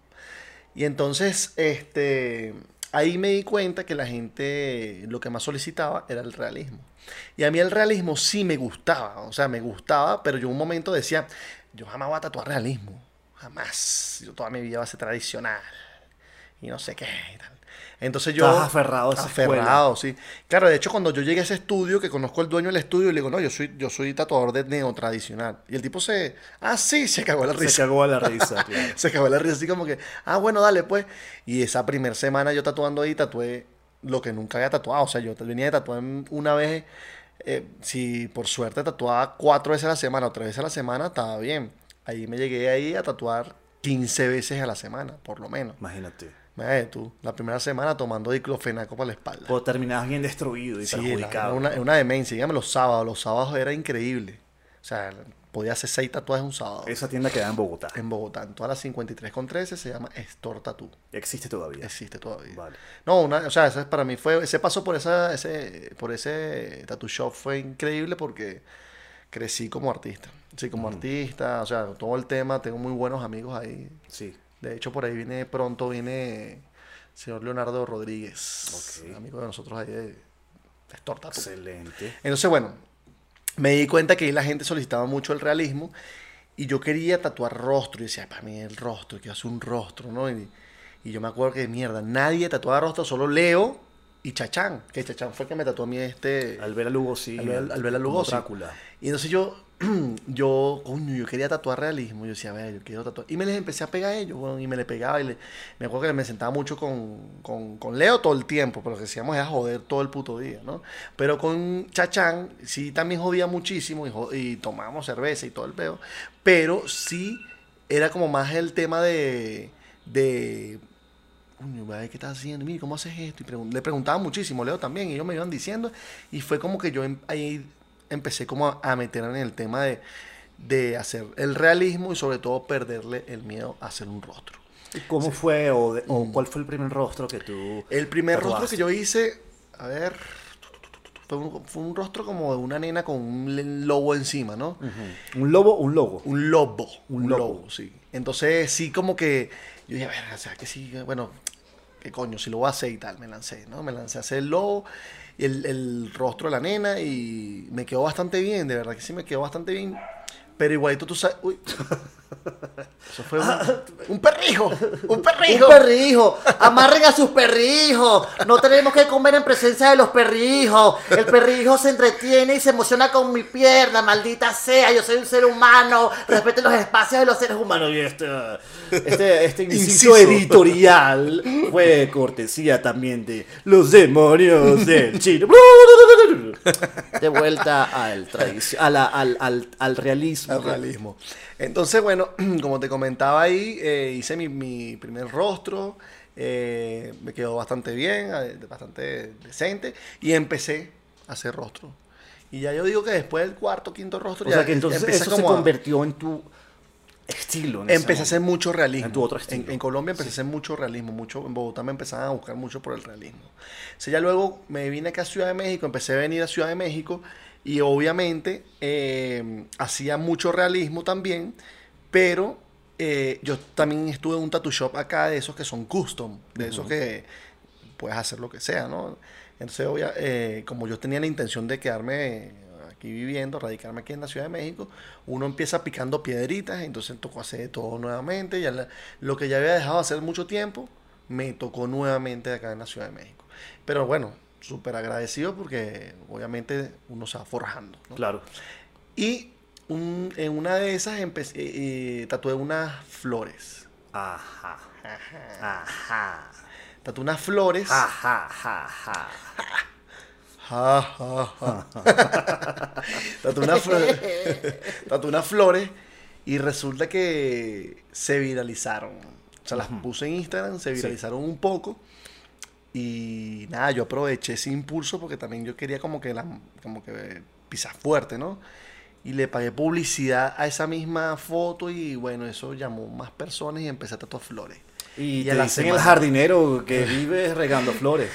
[SPEAKER 3] Y entonces, este, ahí me di cuenta que la gente lo que más solicitaba era el realismo. Y a mí el realismo sí me gustaba, o sea, me gustaba, pero yo un momento decía, yo jamás voy a tatuar realismo, jamás. Yo toda mi vida va a ser tradicional y no sé qué y tal. Entonces yo...
[SPEAKER 2] Estabas aferrado a esa
[SPEAKER 3] Aferrado, sí. Claro, de hecho, cuando yo llegué a ese estudio, que conozco al dueño del estudio, le digo, no, yo soy, yo soy tatuador de neo tradicional. Y el tipo se... Ah, sí, se cagó la
[SPEAKER 2] Se
[SPEAKER 3] risa.
[SPEAKER 2] cagó a la
[SPEAKER 3] *laughs*
[SPEAKER 2] risa. claro.
[SPEAKER 3] Se acabó la risa así como que, ah, bueno, dale pues. Y esa primera semana yo tatuando ahí, tatué lo que nunca había tatuado. O sea, yo venía de tatuar una vez, eh, si por suerte tatuaba cuatro veces a la semana o tres veces a la semana, estaba bien. Ahí me llegué ahí a tatuar 15 veces a la semana, por lo menos.
[SPEAKER 2] Imagínate.
[SPEAKER 3] Imagínate tú, la primera semana tomando diclofenaco para la espalda.
[SPEAKER 2] Pues terminabas bien destruido y
[SPEAKER 3] Sí, la- era
[SPEAKER 2] perjudicado.
[SPEAKER 3] una, era una demencia. Dígame los sábados. Los sábados era increíble. O sea, podía hacer seis tatuajes un sábado.
[SPEAKER 2] Esa tienda queda en Bogotá.
[SPEAKER 3] En Bogotá, en todas las 53 con 13, se llama Store Tattoo.
[SPEAKER 2] Existe todavía.
[SPEAKER 3] Existe todavía.
[SPEAKER 2] Vale.
[SPEAKER 3] No, una, o sea, ese para mí fue, ese paso por esa, ese, por ese tattoo shop fue increíble porque crecí como artista. Sí, como artista, o sea, todo el tema, tengo muy buenos amigos ahí.
[SPEAKER 2] Sí.
[SPEAKER 3] De hecho, por ahí viene, pronto viene el señor Leonardo Rodríguez,
[SPEAKER 2] Ok.
[SPEAKER 3] amigo de nosotros ahí de, de Store Tattoo.
[SPEAKER 2] Excelente.
[SPEAKER 3] Entonces, bueno, me di cuenta que ahí la gente solicitaba mucho el realismo y yo quería tatuar rostro. Y decía, para mí el rostro, quiero hacer un rostro, ¿no? Y, y yo me acuerdo que mierda, nadie tatuaba rostro, solo Leo y Chachán. Que Chachán fue el que me tatuó a mí este.
[SPEAKER 2] Al ver a Lugosi.
[SPEAKER 3] Albela- Albela
[SPEAKER 2] como
[SPEAKER 3] Lugosi.
[SPEAKER 2] Drácula.
[SPEAKER 3] Y entonces yo, *clears throat* yo, coño, yo quería tatuar realismo. Yo decía, a ver, yo quiero tatuar. Y me les empecé a pegar a ellos, weón, y me le pegaba. Y le- me acuerdo que me sentaba mucho con, con, con Leo todo el tiempo, pero lo que hacíamos era joder todo el puto día, ¿no? Pero con Chachán, sí también jodía muchísimo y, jo- y tomábamos cerveza y todo el peo. Pero sí era como más el tema de. de Coño, va a ver ¿qué estás haciendo? Mira, ¿cómo haces esto? Y pregun- le preguntaba muchísimo, Leo también, y ellos me iban diciendo, y fue como que yo em- ahí empecé como a, a meterme en el tema de, de hacer el realismo y sobre todo perderle el miedo a hacer un rostro.
[SPEAKER 2] ¿Y ¿Cómo fue o, de- o cuál fue el primer rostro que tú.
[SPEAKER 3] El primer rostro
[SPEAKER 2] tatuaste?
[SPEAKER 3] que yo hice, a ver, fue un, fue un rostro como de una nena con un le- lobo encima, ¿no?
[SPEAKER 2] Ujú. Mm. Un lobo, un logo.
[SPEAKER 3] Un lobo.
[SPEAKER 2] Un
[SPEAKER 3] Un,
[SPEAKER 2] lobo.
[SPEAKER 3] lobo. sí. Entonces, sí, como que yo dije, a ver, o sea, que sí, bueno, qué coño, si lo voy a hacer y tal, me lancé, ¿no? Me lancé a hacer el lobo, y el, el rostro de la nena y me quedó bastante bien, de verdad que sí me quedó bastante bien. Pero igualito tú sabes. *laughs* Uy. Eso fue un, un perrijo. Ah, *laughs* Un perrijo.
[SPEAKER 4] Un perrijo, amarren a sus perrijos. No tenemos que comer en presencia de los perrijos. El perrijo se entretiene y se emociona con mi pierna, maldita sea. Yo soy un ser humano. Respeten los espacios de los seres humanos.
[SPEAKER 2] Bueno, y *laughs* este, este, este
[SPEAKER 3] Inciso.
[SPEAKER 2] inciso editorial fue cortesía también de Los Demonios *laughs* del Chino. De vuelta al, tradici- a la- al, al, al realismo.
[SPEAKER 3] Al realismo. Entonces, bueno, *clears throat* como te comentaba ahí, eh, hice mi, mi primer rostro, eh, me quedó bastante bien, eh, bastante decente, y empecé a hacer rostro. Y ya yo digo que después del cuarto, quinto rostro,
[SPEAKER 2] O
[SPEAKER 3] ya
[SPEAKER 2] sea que entonces
[SPEAKER 3] empieza
[SPEAKER 2] eso se
[SPEAKER 3] como a-
[SPEAKER 2] convirtió en tu estilo. en ese
[SPEAKER 3] Empecé a hacer
[SPEAKER 2] momento.
[SPEAKER 3] mucho realismo.
[SPEAKER 2] En tu otro estilo.
[SPEAKER 3] en Colombia empecé a hacer mucho realismo. Mucho, en Bogotá me empezaban a buscar mucho por el realismo. O sea, ya luego me vine acá a Ciudad de México, empecé a venir a Ciudad de México y obviamente eh, hacía mucho realismo también, pero eh, yo también estuve en un tattoo shop acá de esos que son custom, de esos que puedes hacer lo que sea, ¿no? Entonces, obvia- eh, como yo tenía la intención de quedarme aquí viviendo, radicarme aquí en la Ciudad de México, uno empieza picando piedritas, entonces tocó hacer de todo nuevamente, ya la- lo que ya había dejado de hacer mucho tiempo, me tocó nuevamente acá en la Ciudad de México. Pero bueno, súper agradecido porque obviamente uno se va forjando, ¿no?
[SPEAKER 2] Claro.
[SPEAKER 3] Y un- en una de esas empecé, eh, eh, tatué unas flores.
[SPEAKER 2] Ajá. Ajá.
[SPEAKER 3] Tatué unas flores.
[SPEAKER 2] Ajá. Ajá. Ajá.
[SPEAKER 3] Ja, ja, ja. *laughs* Tatué unas flores. *laughs* Tatué unas flores y resulta que se viralizaron. O sea, las puse en Instagram, se viralizaron un poco. Y nada, yo aproveché ese impulso porque también yo quería como que, la, como que pisar fuerte, ¿no? Y le pagué publicidad a esa misma foto y bueno, eso llamó más personas y empecé a tatuar flores.
[SPEAKER 2] Y,
[SPEAKER 3] Y
[SPEAKER 2] te
[SPEAKER 3] a la
[SPEAKER 2] dicen el
[SPEAKER 3] semana.
[SPEAKER 2] jardinero que vive regando flores.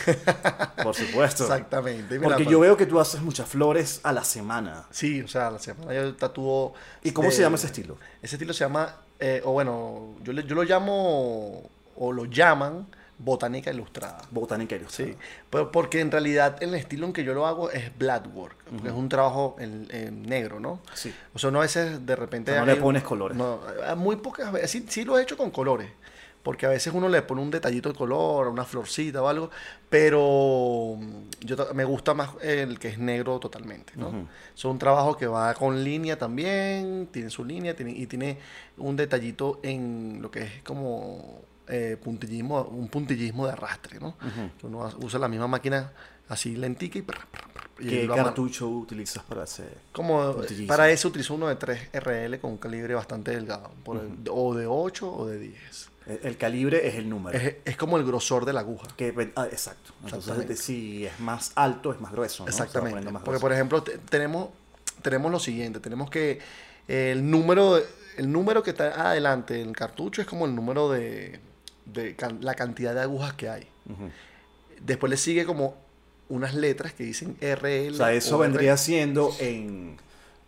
[SPEAKER 2] Por supuesto.
[SPEAKER 3] Exactamente. Y mira, pues.
[SPEAKER 2] Porque
[SPEAKER 3] pa-
[SPEAKER 2] yo veo que tú haces muchas flores a la semana.
[SPEAKER 3] Sí, o sea, la semana yo tatuó.
[SPEAKER 2] ¿Y cómo se
[SPEAKER 3] de-
[SPEAKER 2] llama ese estilo?
[SPEAKER 3] Ese estilo se llama, eh, o bueno, yo, le- yo lo llamo, o lo llaman, botánica ilustrada.
[SPEAKER 2] Botánica
[SPEAKER 3] Sí,
[SPEAKER 2] ilustrada.
[SPEAKER 3] pero porque en realidad el estilo en que yo lo hago es blackwork, porque es un trabajo en, en negro, ¿no?
[SPEAKER 2] Sí.
[SPEAKER 3] O sea, no a veces de repente...
[SPEAKER 2] O sea, no le
[SPEAKER 3] hay un-
[SPEAKER 2] pones colores.
[SPEAKER 3] No, a- muy pocas veces, sí, sí lo he hecho con colores, porque a veces uno le pone un detallito de color, una florcita o algo, pero mm, yo ta- me gusta más el que es negro totalmente, ¿no? Es un trabajo que va con línea también, tiene su línea tiene, y tiene un detallito en lo que es como eh, puntillismo, un puntillismo de arrastre, ¿no? Que uno ha- usa la misma máquina así lentica y... prr, prr, prr, y
[SPEAKER 2] ¿Qué
[SPEAKER 3] lo amarra.
[SPEAKER 2] cartucho utilizas para hacer?
[SPEAKER 3] Como eh,
[SPEAKER 2] Puntillismo.
[SPEAKER 3] para eso utilizo uno de 3 RL con un calibre bastante delgado, por el- o de 8 o de 10.
[SPEAKER 2] El, el calibre es el número.
[SPEAKER 3] Es, es como el grosor de la aguja.
[SPEAKER 2] Que ven- ah, exacto. Entonces,
[SPEAKER 3] Exactamente.
[SPEAKER 2] de- si es más alto, es más grueso. ¿no? Se va
[SPEAKER 3] Exactamente.
[SPEAKER 2] poniendo más
[SPEAKER 3] Porque,
[SPEAKER 2] grueso.
[SPEAKER 3] por ejemplo, te- tenemos, tenemos lo siguiente: tenemos que El número, el número que está adelante en el cartucho es como el número de, de can- la cantidad de agujas que hay. Después le sigue como unas letras que dicen RL.
[SPEAKER 2] O sea, eso
[SPEAKER 3] o R.
[SPEAKER 2] vendría siendo en.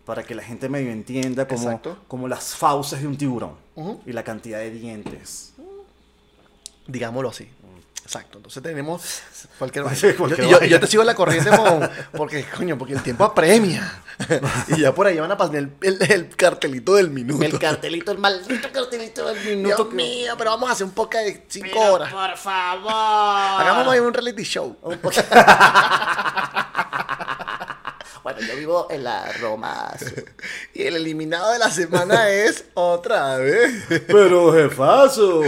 [SPEAKER 2] Para que la gente medio entienda, como,
[SPEAKER 3] Exacto.
[SPEAKER 2] como las fauces de un tiburón
[SPEAKER 3] Ujú.
[SPEAKER 2] y la cantidad de dientes.
[SPEAKER 3] Digámoslo así. Exacto. Entonces tenemos cualquier
[SPEAKER 2] Cualquier- cualquier
[SPEAKER 3] Y yo,
[SPEAKER 2] vaina.
[SPEAKER 3] yo te sigo la corriente mon, porque, coño, porque el tiempo apremia. y ya por ahí van a pasar el, el- el cartelito del minuto.
[SPEAKER 4] El cartelito, el maldito cartelito del
[SPEAKER 3] Dios
[SPEAKER 4] minuto. que-
[SPEAKER 3] mío, pero vamos a hacer un podcast de 5
[SPEAKER 4] Pero,
[SPEAKER 3] horas.
[SPEAKER 4] Por favor.
[SPEAKER 3] Hagamos ahí un reality show. *laughs*
[SPEAKER 4] Bueno, yo vivo en la Roma. Sur.
[SPEAKER 3] Y el eliminado de la semana es otra vez.
[SPEAKER 2] Pero jefazo.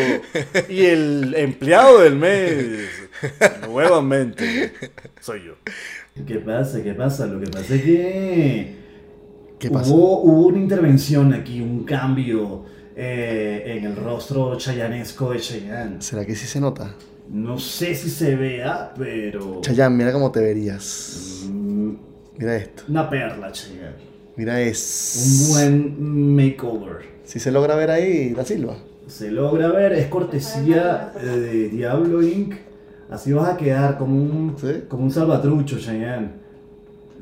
[SPEAKER 2] Y el empleado del mes. Nuevamente. Soy yo. ¿Qué pasa? ¿Qué pasa? Lo que pasa es que.
[SPEAKER 3] ¿Qué pasa?
[SPEAKER 2] Hubo, hubo una intervención aquí, un cambio eh, en el rostro chayanesco de Chayanne.
[SPEAKER 3] ¿Será que sí se nota?
[SPEAKER 2] No sé si se vea, pero.
[SPEAKER 3] Chayanne, mira cómo te verías.
[SPEAKER 2] Mm,
[SPEAKER 3] Mira esto.
[SPEAKER 2] Una perla, Chayanne.
[SPEAKER 3] Mira eso.
[SPEAKER 2] Un buen makeover.
[SPEAKER 3] Si se logra ver ahí, Da Silva.
[SPEAKER 2] Se logra ver, es cortesía eh, de Diablo Inc. Así vas a quedar como un,
[SPEAKER 3] ¿Sí?
[SPEAKER 2] como un salvatrucho, Cheyenne.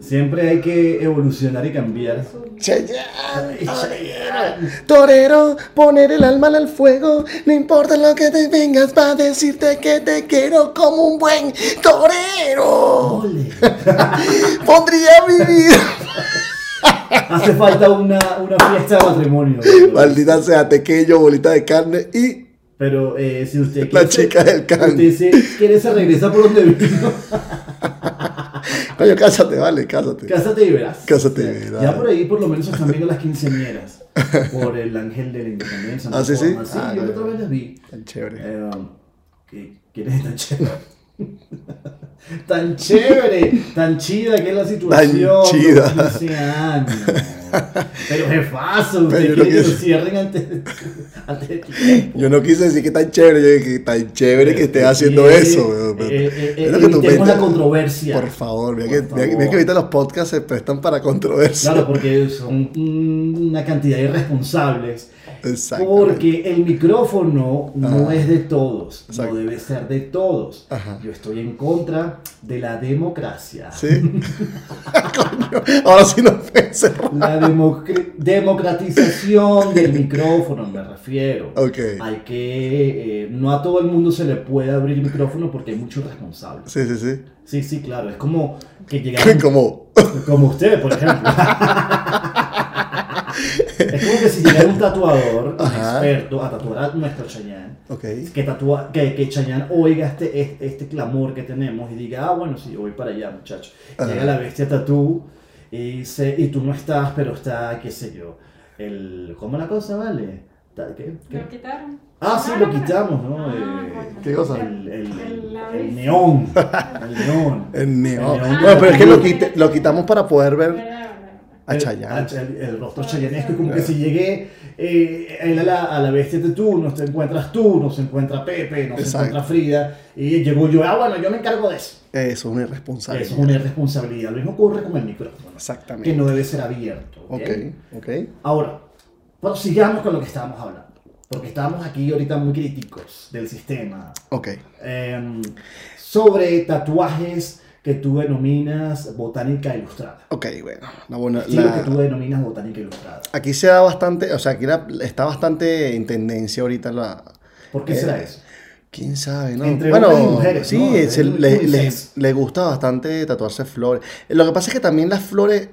[SPEAKER 2] Siempre hay que evolucionar y cambiar.
[SPEAKER 3] Chayanne,
[SPEAKER 2] Ay, Chayanne.
[SPEAKER 3] torero, poner el alma al fuego, no importa lo que te vengas, va a decirte que te quiero como un buen torero.
[SPEAKER 2] ¡Ole!
[SPEAKER 3] Pondría mi vida.
[SPEAKER 2] Hace falta una, una fiesta de matrimonio.
[SPEAKER 3] *laughs* Maldita sea, tequillo, bolita de carne y
[SPEAKER 2] Pero eh, si usted
[SPEAKER 3] La chica del can.
[SPEAKER 2] Usted se, quiere se regresa por donde vino.
[SPEAKER 3] Coño, cásate, vale, cásate.
[SPEAKER 2] Cásate y verás.
[SPEAKER 3] Cásate y
[SPEAKER 2] O sea,
[SPEAKER 3] verás.
[SPEAKER 2] Ya por ahí por lo menos se están viendo
[SPEAKER 3] *laughs*
[SPEAKER 2] las quinceañeras. Por el ángel de la independencia.
[SPEAKER 3] Ah, ¿sí, sí?
[SPEAKER 2] Santa Juana.
[SPEAKER 3] Ah,
[SPEAKER 2] yo la
[SPEAKER 3] ya,
[SPEAKER 2] otra
[SPEAKER 3] ya.
[SPEAKER 2] vez las vi.
[SPEAKER 3] Tan chévere.
[SPEAKER 2] Eh, ¿qué- ¿Quién es tan chévere? *laughs* tan chévere, tan chida que es la situación.
[SPEAKER 3] Tan chida.
[SPEAKER 2] con 15 años. Pero jefazo,
[SPEAKER 3] Pero
[SPEAKER 2] usted
[SPEAKER 3] yo
[SPEAKER 2] quiere
[SPEAKER 3] no
[SPEAKER 2] que lo
[SPEAKER 3] quise-
[SPEAKER 2] cierren antes, de- *laughs* antes de tiempo.
[SPEAKER 3] Yo no quise decir que tan chévere, yo dije tan chévere *laughs* que estés
[SPEAKER 2] Eh,
[SPEAKER 3] haciendo
[SPEAKER 2] eh,
[SPEAKER 3] eso.
[SPEAKER 2] eh,
[SPEAKER 3] weón.
[SPEAKER 2] eh, eh,
[SPEAKER 3] Es lo que tú
[SPEAKER 2] evitemos
[SPEAKER 3] metes.
[SPEAKER 2] la controversia.
[SPEAKER 3] Por favor, mira que,
[SPEAKER 2] Por
[SPEAKER 3] mira que- mira
[SPEAKER 2] favor.
[SPEAKER 3] que ahorita los podcasts se prestan para controversia.
[SPEAKER 2] Claro, porque son una cantidad de irresponsables.
[SPEAKER 3] Exacto.
[SPEAKER 2] Porque el micrófono no es de todos,
[SPEAKER 3] Exacto.
[SPEAKER 2] no debe ser de todos.
[SPEAKER 3] Ajá.
[SPEAKER 2] Yo estoy en contra de la democracia.
[SPEAKER 3] ¿Sí? *laughs* Coño, ahora sí nos encerró.
[SPEAKER 2] La democr- democratización del micrófono, me refiero.
[SPEAKER 3] Ok.
[SPEAKER 2] Hay que. eh, no a todo el mundo se le puede abrir el micrófono porque hay muchos responsables.
[SPEAKER 3] Sí, sí, sí.
[SPEAKER 2] Sí, sí, claro. Es como que llegaron.
[SPEAKER 3] *laughs* Como.
[SPEAKER 2] Como usted, por
[SPEAKER 3] *laughs*
[SPEAKER 2] ejemplo. es como que si llegara un tatuador, un
[SPEAKER 3] Ajá.
[SPEAKER 2] experto, a tatuar a nuestro Chayanne,
[SPEAKER 3] Ok.
[SPEAKER 2] que, tatúa, que, que Chayanne oiga este, este, este clamor que tenemos y diga, ah, bueno, sí, yo voy para allá, muchacho.
[SPEAKER 3] Ajá.
[SPEAKER 2] Llega la bestia tatú y dice, y tú no estás, pero está, qué sé yo, el... ¿Cómo la cosa, vale? Ta- ¿Qué? ¿Qué?
[SPEAKER 5] Lo quitaron.
[SPEAKER 2] Ah, sí, lo quitamos, ¿no?
[SPEAKER 5] Ah,
[SPEAKER 2] Eh,
[SPEAKER 5] bueno.
[SPEAKER 3] ¿Qué cosa?
[SPEAKER 2] El, el, el,
[SPEAKER 5] La
[SPEAKER 2] el
[SPEAKER 5] bestia.
[SPEAKER 2] neón.
[SPEAKER 3] *laughs*
[SPEAKER 2] El neón.
[SPEAKER 3] El neón.
[SPEAKER 2] neón.
[SPEAKER 3] Bueno, pero es que lo, quite- lo quitamos para poder ver eh,
[SPEAKER 5] Verdad, verdad, verdad.
[SPEAKER 3] a
[SPEAKER 2] El-
[SPEAKER 3] Chayanne.
[SPEAKER 2] al- El, el rostro chayanesco, como que si llegué eh, a él a la, a la bestia de tú, no te encuentras tú, no se encuentra Pepe, no se
[SPEAKER 3] Exacto.
[SPEAKER 2] encuentra Frida, y llegó yo, ah, bueno, yo me encargo de eso.
[SPEAKER 3] Eso es un
[SPEAKER 2] Eso
[SPEAKER 3] irresponsable.
[SPEAKER 2] es una irresponsabilidad. Lo mismo ocurre con el micrófono, que
[SPEAKER 3] Exactamente.
[SPEAKER 2] no ¿Eh? debe ser abierto. ¿ok?
[SPEAKER 3] Ok, ok.
[SPEAKER 2] Ahora, prosigamos con lo que estábamos hablando, porque estábamos aquí ahorita muy críticos del sistema.
[SPEAKER 3] Ok.
[SPEAKER 2] Em, sobre tatuajes que tú denominas botánica ilustrada.
[SPEAKER 3] Ok, bueno. La, buena-
[SPEAKER 2] Sí, lo
[SPEAKER 3] la-
[SPEAKER 2] que tú denominas botánica ilustrada.
[SPEAKER 3] Aquí se da bastante, o sea, aquí la- está bastante en tendencia ahorita la...
[SPEAKER 2] ¿Por qué
[SPEAKER 3] Eh,
[SPEAKER 2] será eso?
[SPEAKER 3] ¿Quién sabe? No?
[SPEAKER 2] Entre
[SPEAKER 3] bueno,
[SPEAKER 2] hombres y mujeres,
[SPEAKER 3] sí,
[SPEAKER 2] ¿no?
[SPEAKER 3] es el-
[SPEAKER 2] Es
[SPEAKER 3] le,
[SPEAKER 2] unisex.
[SPEAKER 3] le- le gusta bastante tatuarse flores. Eh, Lo que pasa es que también las flores,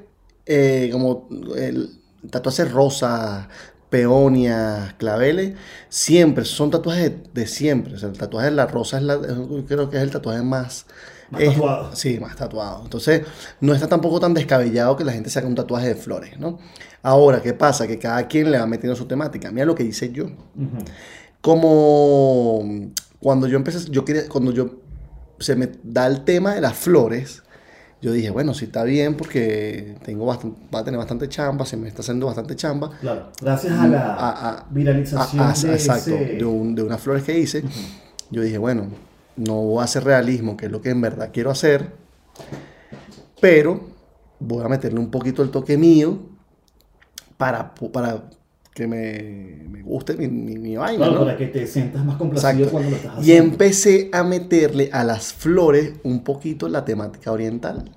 [SPEAKER 3] eh, como el, tatuarse rosas, peonias, claveles, siempre, son tatuajes de, de siempre. O sea, el tatuaje de la rosa es la, es- creo que es el tatuaje más...
[SPEAKER 2] Más
[SPEAKER 3] es-
[SPEAKER 2] tatuado.
[SPEAKER 3] Sí, más tatuado. Entonces, no está tampoco tan descabellado que la gente saque un tatuaje de flores, ¿no? Ahora, ¿qué pasa? Que cada quien le va metiendo su temática. Mira lo que hice yo
[SPEAKER 2] Ujú.
[SPEAKER 3] como mm, cuando yo empecé, yo quería, cuando yo se me da el tema de las flores, yo dije, bueno, sí está bien porque tengo bastante, va a tener bastante chamba, se me está haciendo bastante chamba.
[SPEAKER 2] Claro, gracias a la
[SPEAKER 3] mm, A- a-
[SPEAKER 2] viralización
[SPEAKER 3] Ah, ah,
[SPEAKER 2] de
[SPEAKER 3] exacto,
[SPEAKER 2] ese-
[SPEAKER 3] de, un- de unas flores que hice, yo dije, bueno, no voy a hacer realismo, que es lo que en verdad quiero hacer, pero voy a meterle un poquito el toque mío para, para que me, me guste mi, mi, mi vaina,
[SPEAKER 2] Claro,
[SPEAKER 3] ¿no?
[SPEAKER 2] para que te sientas más complacido
[SPEAKER 3] Exacto.
[SPEAKER 2] cuando lo estás
[SPEAKER 3] Y
[SPEAKER 2] haciendo.
[SPEAKER 3] empecé a meterle a las flores un poquito la temática oriental.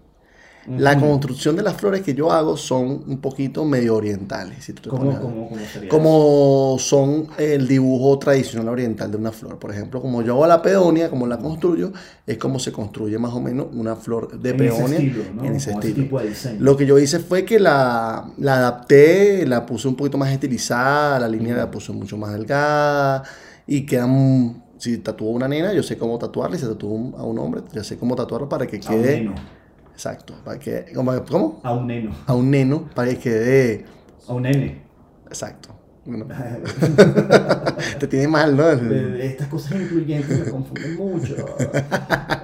[SPEAKER 3] La construcción de las flores que yo hago son un poquito medio orientales. si tú te
[SPEAKER 2] ¿Cómo,
[SPEAKER 3] pones a-
[SPEAKER 2] cómo, cómo sería
[SPEAKER 3] como son el dibujo tradicional oriental de una flor. Por ejemplo, como yo hago la peonia, como la construyo, es como se construye más o menos una flor de
[SPEAKER 2] En ese
[SPEAKER 3] peonia
[SPEAKER 2] estilo, ¿no?
[SPEAKER 3] en ese
[SPEAKER 2] Como ese
[SPEAKER 3] estilo.
[SPEAKER 2] tipo de diseño.
[SPEAKER 3] Lo que yo hice fue que la, la adapté, la puse un poquito más estilizada, la línea la puse mucho más delgada y quedan... Si tatuó una nena, yo sé cómo tatuarla. Y si tatuó un- a un hombre, yo sé cómo tatuarlo para que
[SPEAKER 2] A un
[SPEAKER 3] quede...
[SPEAKER 2] neno.
[SPEAKER 3] Exacto. Para que, ¿cómo, ¿Cómo?
[SPEAKER 2] A un neno.
[SPEAKER 3] A un neno, para que quede...
[SPEAKER 2] A un nene.
[SPEAKER 3] Exacto.
[SPEAKER 2] *laughs*
[SPEAKER 3] Bueno. Te tiene mal, ¿no?
[SPEAKER 2] Eh, Estas cosas incluyentes me confunden
[SPEAKER 3] *laughs*
[SPEAKER 2] mucho. Eh,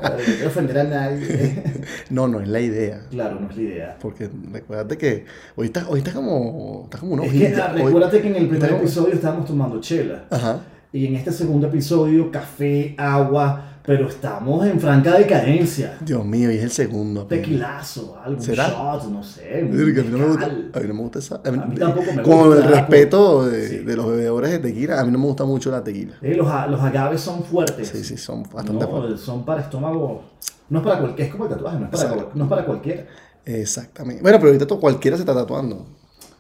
[SPEAKER 2] No quiero ofender a
[SPEAKER 3] *laughs*
[SPEAKER 2] nadie.
[SPEAKER 3] No, no es la idea.
[SPEAKER 2] Claro, no es la idea.
[SPEAKER 3] Porque recuérdate que hoy estás, hoy estás como. Estás como una
[SPEAKER 2] Es que,
[SPEAKER 3] hojita.
[SPEAKER 2] ah,
[SPEAKER 3] Hoy-
[SPEAKER 2] recuérdate que en el primer
[SPEAKER 3] tengo-
[SPEAKER 2] episodio estábamos tomando chela.
[SPEAKER 3] Ajá.
[SPEAKER 2] Y en este segundo episodio, café, agua. Pero estamos en franca decadencia.
[SPEAKER 3] Dios mío, y es el segundo. apenas.
[SPEAKER 2] Tequilazo, algo, un
[SPEAKER 3] ¿Será?
[SPEAKER 2] shot, no sé. un
[SPEAKER 3] Verga, A mí no me gusta,
[SPEAKER 2] mezcal.
[SPEAKER 3] a mí no me gusta esa. a
[SPEAKER 2] A mí
[SPEAKER 3] mí-
[SPEAKER 2] tampoco me
[SPEAKER 3] Con
[SPEAKER 2] gusta,
[SPEAKER 3] el respeto de,
[SPEAKER 2] sí.
[SPEAKER 3] de los bebedores de tequila, a mí no me gusta mucho la tequila.
[SPEAKER 2] Eh, los, a- los agaves son fuertes.
[SPEAKER 3] Sí, sí, son bastante
[SPEAKER 2] No,
[SPEAKER 3] fuertes.
[SPEAKER 2] son para estómago. No es para cualquier, es como el tatuaje, no es para,
[SPEAKER 3] Exacto.
[SPEAKER 2] cual- no es para cualquiera.
[SPEAKER 3] Exactamente. Bueno, pero ahorita to- cualquiera se está tatuando.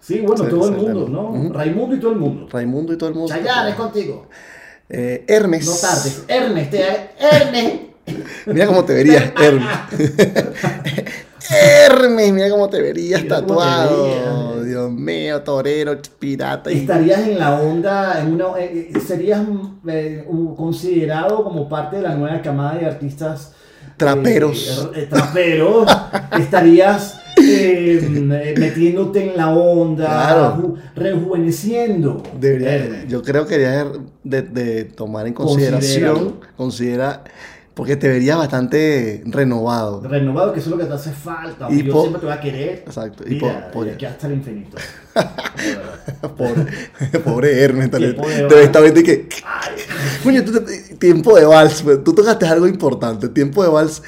[SPEAKER 2] Sí, bueno,
[SPEAKER 3] Sí,
[SPEAKER 2] todo el
[SPEAKER 3] sí,
[SPEAKER 2] mundo,
[SPEAKER 3] claro.
[SPEAKER 2] ¿no?
[SPEAKER 3] Ujú.
[SPEAKER 2] Raimundo y todo el mundo.
[SPEAKER 3] Raimundo y todo el mundo. se
[SPEAKER 4] Chayanne es
[SPEAKER 3] tatúa.
[SPEAKER 4] contigo.
[SPEAKER 3] Eh, Hermes.
[SPEAKER 4] No tardes. Ernest, te- Ernest.
[SPEAKER 3] *laughs* Mira cómo
[SPEAKER 2] *laughs*
[SPEAKER 3] te verías, Hermes. *laughs* Hermes, mira cómo te verías
[SPEAKER 2] Mira cómo te
[SPEAKER 3] tatuado.
[SPEAKER 2] verías.
[SPEAKER 3] Dios mío, torero, pirata. Y...
[SPEAKER 2] Estarías en la onda, en una, eh, eh, serías mm, eh, un- considerado como parte de la nueva camada de artistas. eh,
[SPEAKER 3] Traperos.
[SPEAKER 2] eh,
[SPEAKER 3] *laughs*
[SPEAKER 2] traperos. Estarías eh, eh, metiéndote en la onda,
[SPEAKER 3] Claro.
[SPEAKER 2] ju- rejuveneciendo.
[SPEAKER 3] Debería-
[SPEAKER 2] Eh,
[SPEAKER 3] yo creo que deberías de, de tomar en consideración, considera, porque te verías bastante renovado.
[SPEAKER 2] Renovado, que eso es lo que te hace falta.
[SPEAKER 3] Y
[SPEAKER 2] yo
[SPEAKER 3] po-
[SPEAKER 2] siempre te voy a querer.
[SPEAKER 3] Exacto, y
[SPEAKER 2] Y Mira,
[SPEAKER 3] po- po-
[SPEAKER 2] de aquí hasta el
[SPEAKER 3] *laughs*
[SPEAKER 2] infinito. De verdad.
[SPEAKER 3] Pobre, pobre *laughs* Hermes, tal vez.
[SPEAKER 2] Tiempo de
[SPEAKER 3] Debe
[SPEAKER 2] vals.
[SPEAKER 3] estar viendo y que.
[SPEAKER 2] Ay,
[SPEAKER 3] Coño, tú te- tiempo de vals, pero tú tocaste algo importante. Tiempo de vals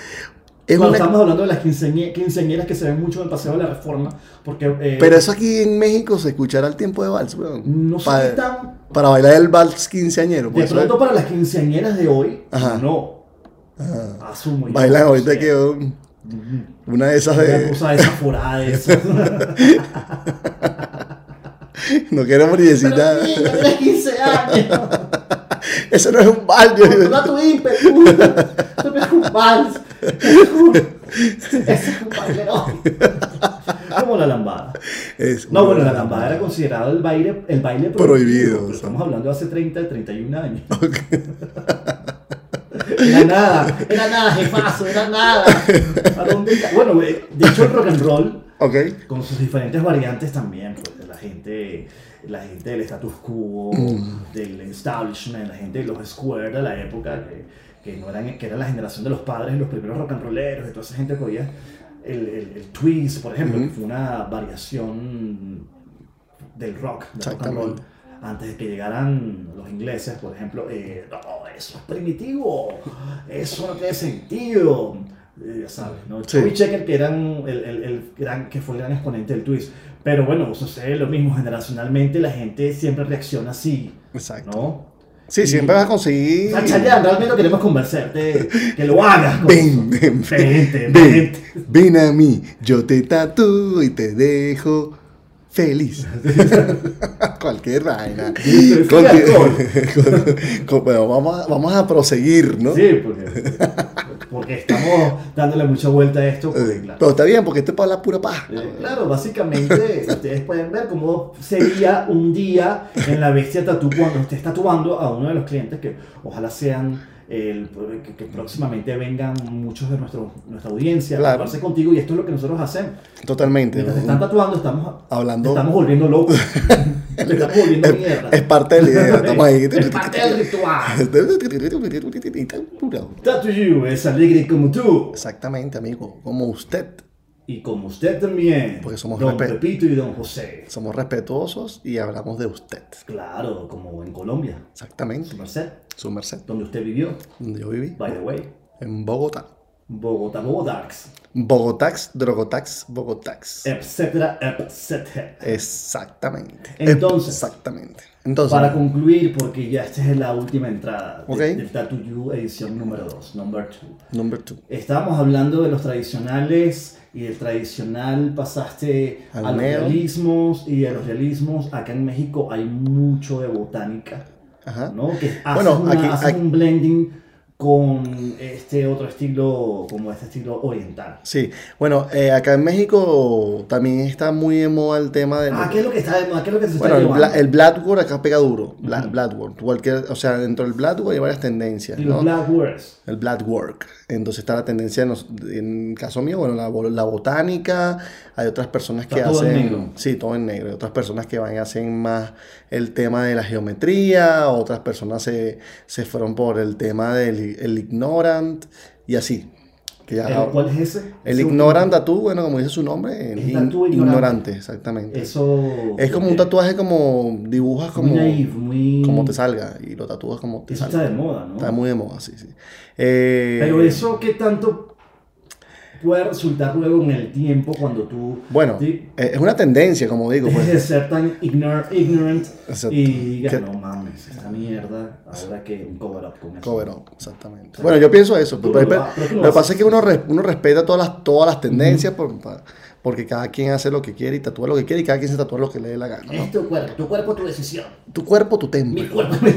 [SPEAKER 3] es
[SPEAKER 2] cuando
[SPEAKER 3] una.
[SPEAKER 2] estamos hablando de las quinceañe- quinceañeras que se ven mucho en el Paseo de la Reforma, porque eh,
[SPEAKER 3] Pero eso aquí en México se escuchará el tiempo de vals, weón.
[SPEAKER 2] no son
[SPEAKER 3] Pa-
[SPEAKER 2] tan...
[SPEAKER 3] Para bailar el vals quinceañero.
[SPEAKER 2] De
[SPEAKER 3] Pues,
[SPEAKER 2] pronto para las quinceañeras de hoy,
[SPEAKER 3] Ajá.
[SPEAKER 2] no. Asumo. yo.
[SPEAKER 3] Bailan
[SPEAKER 2] No
[SPEAKER 3] ahorita
[SPEAKER 2] sé.
[SPEAKER 3] que um, una de esas *laughs*
[SPEAKER 2] Una
[SPEAKER 3] de.
[SPEAKER 2] cosa desaforada de esas.
[SPEAKER 3] No queremos ni decir
[SPEAKER 4] Pero
[SPEAKER 3] nada.
[SPEAKER 4] niña, tienes 15 años.
[SPEAKER 3] Eso no es un vals. yo-
[SPEAKER 4] Con todo tu ímpetu. Tú eres un vals. Ese es un bailerón.
[SPEAKER 2] Como la lambada.
[SPEAKER 3] es
[SPEAKER 2] No,
[SPEAKER 3] una-
[SPEAKER 2] bueno, la lambada era considerado el baile, el baile
[SPEAKER 3] Prohibido,
[SPEAKER 2] pero
[SPEAKER 3] o sea.
[SPEAKER 2] estamos hablando de hace 30, 31 años. Era nada.
[SPEAKER 4] Era nada, jefazo, era nada.
[SPEAKER 2] ¿A dónde está? Bueno, eh, de hecho el rock and roll
[SPEAKER 3] Ok.
[SPEAKER 2] con sus diferentes variantes también, pues, la gente, la gente del status quo, del establishment, la gente de los squares de la época, que, que no eran, que era la generación de los padres, los primeros rock and rolleros, y toda esa gente que oía el, el, el twist, por ejemplo, que fue una variación del rock, del rock and roll.
[SPEAKER 3] Exactamente.
[SPEAKER 2] Antes de que llegaran los ingleses, por ejemplo, eh, no, eso es primitivo, eso no tiene sentido. eh, ya sabes, ¿no?
[SPEAKER 3] Sí.
[SPEAKER 2] Chubby Checker, que, eran el, el- el gran, que fue el gran exponente del twist. Pero bueno, sucede lo mismo. Generacionalmente la gente siempre reacciona así,
[SPEAKER 3] Exacto.
[SPEAKER 2] ¿no?
[SPEAKER 3] Sí, siempre vas a conseguir.
[SPEAKER 2] O sea, Chayanne, realmente no queremos convencerte que lo hagas. con
[SPEAKER 3] Ven,
[SPEAKER 2] eso.
[SPEAKER 3] ven,
[SPEAKER 2] Vente,
[SPEAKER 3] ven,
[SPEAKER 2] vente.
[SPEAKER 3] ven a mí. Yo te tatúo y te dejo feliz. *laughs* Cualquier vaina.
[SPEAKER 2] Sí, sí,
[SPEAKER 3] Conti-
[SPEAKER 2] alcohol.
[SPEAKER 3] *laughs* con- bueno, vamos, a, vamos a proseguir, ¿no? Eh,
[SPEAKER 2] Sí, porque, porque estamos dándole mucha vuelta a esto. porque,
[SPEAKER 3] Eh,
[SPEAKER 2] claro,
[SPEAKER 3] Pero está bien, porque esto es para la pura paja.
[SPEAKER 2] Eh, Claro, básicamente *laughs* ustedes pueden ver cómo sería un día en la bestia tatú cuando estés tatuando a uno de los clientes que ojalá sean el, que, que próximamente vengan muchos de nuestro, nuestra audiencia
[SPEAKER 3] Claro.
[SPEAKER 2] a tatuarse contigo y esto es lo que nosotros hacemos.
[SPEAKER 3] Totalmente.
[SPEAKER 2] Mientras te están tatuando estamos, te
[SPEAKER 3] Hablando.
[SPEAKER 2] estamos volviendo
[SPEAKER 3] *laughs*
[SPEAKER 2] locos. te estamos volviendo mierda.
[SPEAKER 3] Es
[SPEAKER 2] *laughs*
[SPEAKER 3] parte de la idea. Estamos ahí.
[SPEAKER 4] Es parte del ritual.
[SPEAKER 3] *laughs*
[SPEAKER 2] Tattoo You es alegre como tú
[SPEAKER 3] Exactamente, amigo. Como usted.
[SPEAKER 2] y como usted también.
[SPEAKER 3] Porque somos
[SPEAKER 2] Don
[SPEAKER 3] respeto.
[SPEAKER 2] Pepito y Don José.
[SPEAKER 3] Somos respetuosos y hablamos de usted.
[SPEAKER 2] Claro, como en Colombia,
[SPEAKER 3] Exactamente.
[SPEAKER 2] Merced,
[SPEAKER 3] Su merced.
[SPEAKER 2] donde usted vivió,
[SPEAKER 3] Donde yo viví.
[SPEAKER 2] by the way.
[SPEAKER 3] En Bogotá.
[SPEAKER 2] Bogotá, Bogotax,
[SPEAKER 3] Bogotax, Drogotax,
[SPEAKER 2] Eh.
[SPEAKER 3] Bogotax.
[SPEAKER 2] etcétera, etcétera.
[SPEAKER 3] Exactamente.
[SPEAKER 2] Entonces.
[SPEAKER 3] Exactamente. Entonces.
[SPEAKER 2] Para concluir, porque ya esta es la última entrada de-
[SPEAKER 3] Ok.
[SPEAKER 2] del Tattoo You edición número 2, number 2.
[SPEAKER 3] Number two.
[SPEAKER 2] Estábamos hablando de los tradicionales y del tradicional pasaste
[SPEAKER 3] Al
[SPEAKER 2] a los
[SPEAKER 3] neo.
[SPEAKER 2] realismos y de los realismos. Acá en México hay mucho de botánica,
[SPEAKER 3] Ajá.
[SPEAKER 2] ¿no? Que haces,
[SPEAKER 3] Ah. Bueno,
[SPEAKER 2] una-
[SPEAKER 3] aquí-
[SPEAKER 2] haces
[SPEAKER 3] aquí-
[SPEAKER 2] un blending con este otro estilo, como este estilo oriental.
[SPEAKER 3] Sí. Bueno, eh, acá en México también está muy en moda el tema del.
[SPEAKER 2] Ah, ¿qué es lo que está de moda? ¿Qué es lo que se está
[SPEAKER 3] Bueno, el,
[SPEAKER 2] llevando?
[SPEAKER 3] bla- el Blackboard acá pega duro. Bla- Blackboard. Cualquier, o sea, dentro del Blackboard hay varias tendencias,
[SPEAKER 2] Y los
[SPEAKER 3] ¿no?
[SPEAKER 2] black words.
[SPEAKER 3] El Black Work. Entonces está la tendencia, en, los- en el caso mío, bueno, la, bo- la botánica. Hay otras personas que
[SPEAKER 2] Está todo en
[SPEAKER 3] hacen.
[SPEAKER 2] negro.
[SPEAKER 3] Sí, todo en negro. Hay otras personas que van y hacen más el tema de la geometría. Otras personas se, se fueron por el tema del el ignorant. Y así. Que ya-
[SPEAKER 2] ¿El Eh, ¿Cuál es ese?
[SPEAKER 3] el
[SPEAKER 2] Ese
[SPEAKER 3] ignorant tattoo, bueno, como dice su nombre,
[SPEAKER 2] El
[SPEAKER 3] in-
[SPEAKER 2] tattoo
[SPEAKER 3] ignorante.
[SPEAKER 2] ignorante.
[SPEAKER 3] exactamente.
[SPEAKER 2] Eso. eh,
[SPEAKER 3] Es como un tatuaje como dibujas como,
[SPEAKER 2] Muy naive, muy.
[SPEAKER 3] como te salga y lo tatúas como te
[SPEAKER 2] Eso
[SPEAKER 3] salga.
[SPEAKER 2] está de moda, ¿no?
[SPEAKER 3] Está muy de moda, sí, sí. Eh,
[SPEAKER 2] Pero eso, ¿qué tanto puede resultar luego en el tiempo cuando tú
[SPEAKER 3] Bueno,
[SPEAKER 2] de-
[SPEAKER 3] eh, es una tendencia, como digo.
[SPEAKER 2] dejes
[SPEAKER 3] Pues.
[SPEAKER 4] *laughs*
[SPEAKER 2] de ser tan ignor- ignorant
[SPEAKER 3] Exacto.
[SPEAKER 2] y digas,
[SPEAKER 3] Que-
[SPEAKER 2] no mames, esta mierda, ahora que un cover up con eso.
[SPEAKER 3] Cover up, exactamente. Bueno, yo pienso eso.
[SPEAKER 2] Tú
[SPEAKER 3] pero-
[SPEAKER 2] lo
[SPEAKER 3] pero-
[SPEAKER 2] vas- pero tú lo
[SPEAKER 3] lo que
[SPEAKER 2] haces.
[SPEAKER 3] pasa es que uno, res- uno respeta todas las, todas las tendencias por- pa- porque cada quien hace lo que quiere y tatúa lo que quiere y cada quien se tatúa lo que le dé la gana. ¿no?
[SPEAKER 4] Es tu cuerpo, tu cuerpo, tu decisión.
[SPEAKER 3] Tu cuerpo, tu
[SPEAKER 4] Este Mi
[SPEAKER 3] templo.
[SPEAKER 4] cuerpo, mi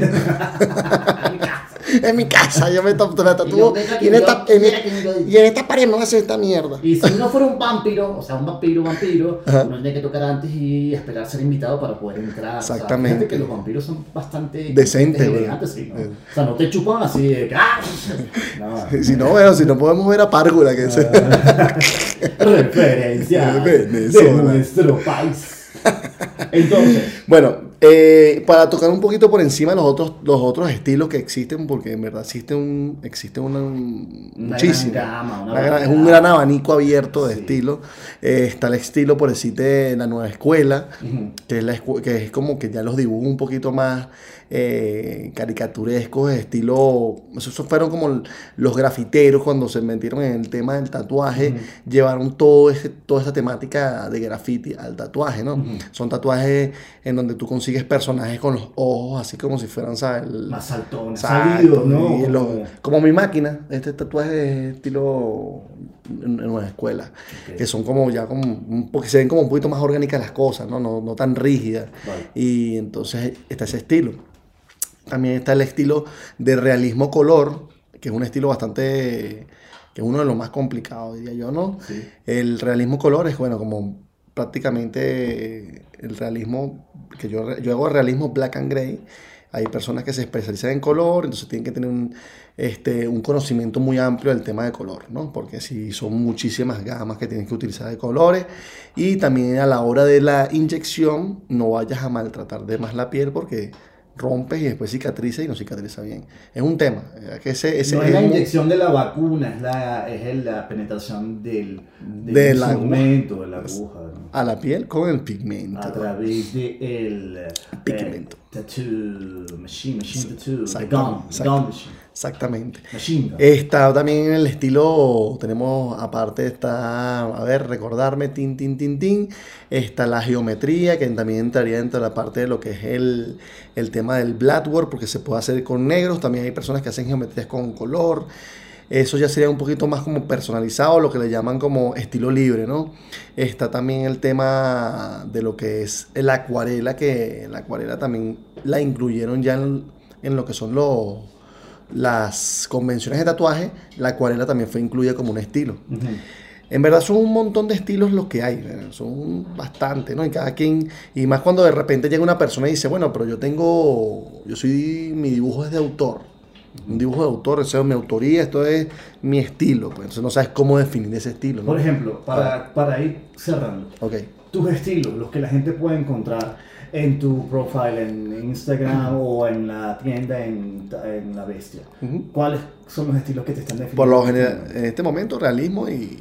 [SPEAKER 4] casa.
[SPEAKER 3] *laughs* En mi casa, yo me tatu- me tatúo.
[SPEAKER 4] venga
[SPEAKER 3] Y
[SPEAKER 4] que
[SPEAKER 3] en
[SPEAKER 4] yo
[SPEAKER 3] esta, en- e-
[SPEAKER 4] quiera que yo-
[SPEAKER 3] y en esta pared no hace esta mierda.
[SPEAKER 4] Y si uno fuera un vampiro, o sea, un vampiro, vampiro, uno tiene que tocar antes y esperar ser invitado para poder entrar. O sea,
[SPEAKER 3] Exactamente.
[SPEAKER 4] fíjate que los vampiros son bastante
[SPEAKER 3] Decente, güey. Eh.
[SPEAKER 4] elegantes, sí, ¿no? O sea, no te chupan así de que,
[SPEAKER 3] *laughs*
[SPEAKER 4] ¡ah! No.
[SPEAKER 3] Si no, bueno, si no podemos ver a Párgula,
[SPEAKER 4] Ah.
[SPEAKER 3] que se- *laughs*
[SPEAKER 2] Referencia de
[SPEAKER 3] Venezuela.
[SPEAKER 2] nuestro país. Entonces,
[SPEAKER 3] Bueno, eh, para tocar un poquito por encima los otros, los otros estilos que existen, porque en verdad existe un, existe una, muchísimo.
[SPEAKER 2] gran gama, una
[SPEAKER 3] Una gran- es
[SPEAKER 2] variedad.
[SPEAKER 3] un gran abanico abierto de
[SPEAKER 2] Sí.
[SPEAKER 3] estilos. Eh, está el estilo, por decirte, la nueva escuela, que es, la escu- que es como que ya los dibujos un poquito más eh, caricaturescos, estilo. Esos esos fueron como los grafiteros cuando se metieron en el tema del tatuaje, llevaron todo ese- toda esta temática de graffiti al tatuaje, ¿no? Son tatuajes en donde tú consigues personajes con los ojos, así como si fueran, ¿sabes? El-
[SPEAKER 2] más saltones,
[SPEAKER 3] Exacto,
[SPEAKER 2] salidos, ¿no?
[SPEAKER 3] y lo-
[SPEAKER 2] Como-
[SPEAKER 3] como mi máquina, este tatuaje es estilo en en una escuela, que son como ya como un po- que se ven como un poquito más orgánicas las cosas, no, no, no tan rígidas.
[SPEAKER 2] Vale.
[SPEAKER 3] Y entonces está ese estilo. También está el estilo de realismo color, que es un estilo bastante, que es uno de los más complicados, diría yo, ¿no?
[SPEAKER 2] Sí.
[SPEAKER 3] El realismo color es, bueno, como prácticamente eh, el realismo, que yo, re- yo hago realismo black and gray. Hay personas que se especializan en color, entonces tienen que tener un, este, un conocimiento muy amplio del tema de color, ¿no? Porque si son muchísimas gamas que tienes que utilizar de colores. Y también a la hora de la inyección, no vayas a maltratar de más la piel porque rompes y después cicatriza y no cicatriza bien. Es un tema. eh, que ese, ese
[SPEAKER 2] no es la
[SPEAKER 3] muy-
[SPEAKER 2] inyección de la vacuna, es la, es el- la penetración del, del
[SPEAKER 3] De la aguja.
[SPEAKER 2] instrumento, de la aguja. ¿no?
[SPEAKER 3] a la piel con el pigmento.
[SPEAKER 2] a través de el eh,
[SPEAKER 3] Pigmento.
[SPEAKER 2] tattoo machine, machine tattoo, the
[SPEAKER 3] exacto,
[SPEAKER 2] gum, the
[SPEAKER 3] exacto. Eh,
[SPEAKER 2] gum machine,
[SPEAKER 3] Exactamente.
[SPEAKER 2] machine gun.
[SPEAKER 3] Está también en el estilo, tenemos aparte está, a ver, recordarme, tin, tin, tin, tin, está la geometría, que también entraría dentro de la parte de lo que es el, el tema del blackboard, porque se puede hacer con negros, también hay personas que hacen geometrías con color, eso ya sería un poquito más como personalizado, lo que le llaman como estilo libre, ¿no? Está también el tema de lo que es la acuarela, que la acuarela también la incluyeron ya en, en lo que son los las convenciones de tatuaje, la acuarela también fue incluida como un estilo.
[SPEAKER 2] Ujú.
[SPEAKER 3] En verdad son un montón de estilos los que hay, ¿verdad? son bastante, ¿no? Y cada quien, y más cuando de repente llega una persona y dice, bueno, pero yo tengo, yo soy, mi dibujo es de autor, un dibujo de autor, eso es mi autoría, esto es mi estilo, pues entonces no sabes cómo definir ese estilo, ¿no?
[SPEAKER 2] Por ejemplo,
[SPEAKER 3] Ah.
[SPEAKER 2] para, para ir cerrando,
[SPEAKER 3] Ok,
[SPEAKER 2] tus estilos, los que la gente puede encontrar en tu profile en Instagram o en la tienda en, en La Bestia,
[SPEAKER 3] Ujú.
[SPEAKER 2] ¿cuáles son los estilos que te están definiendo?
[SPEAKER 3] por lo general, en este momento realismo y,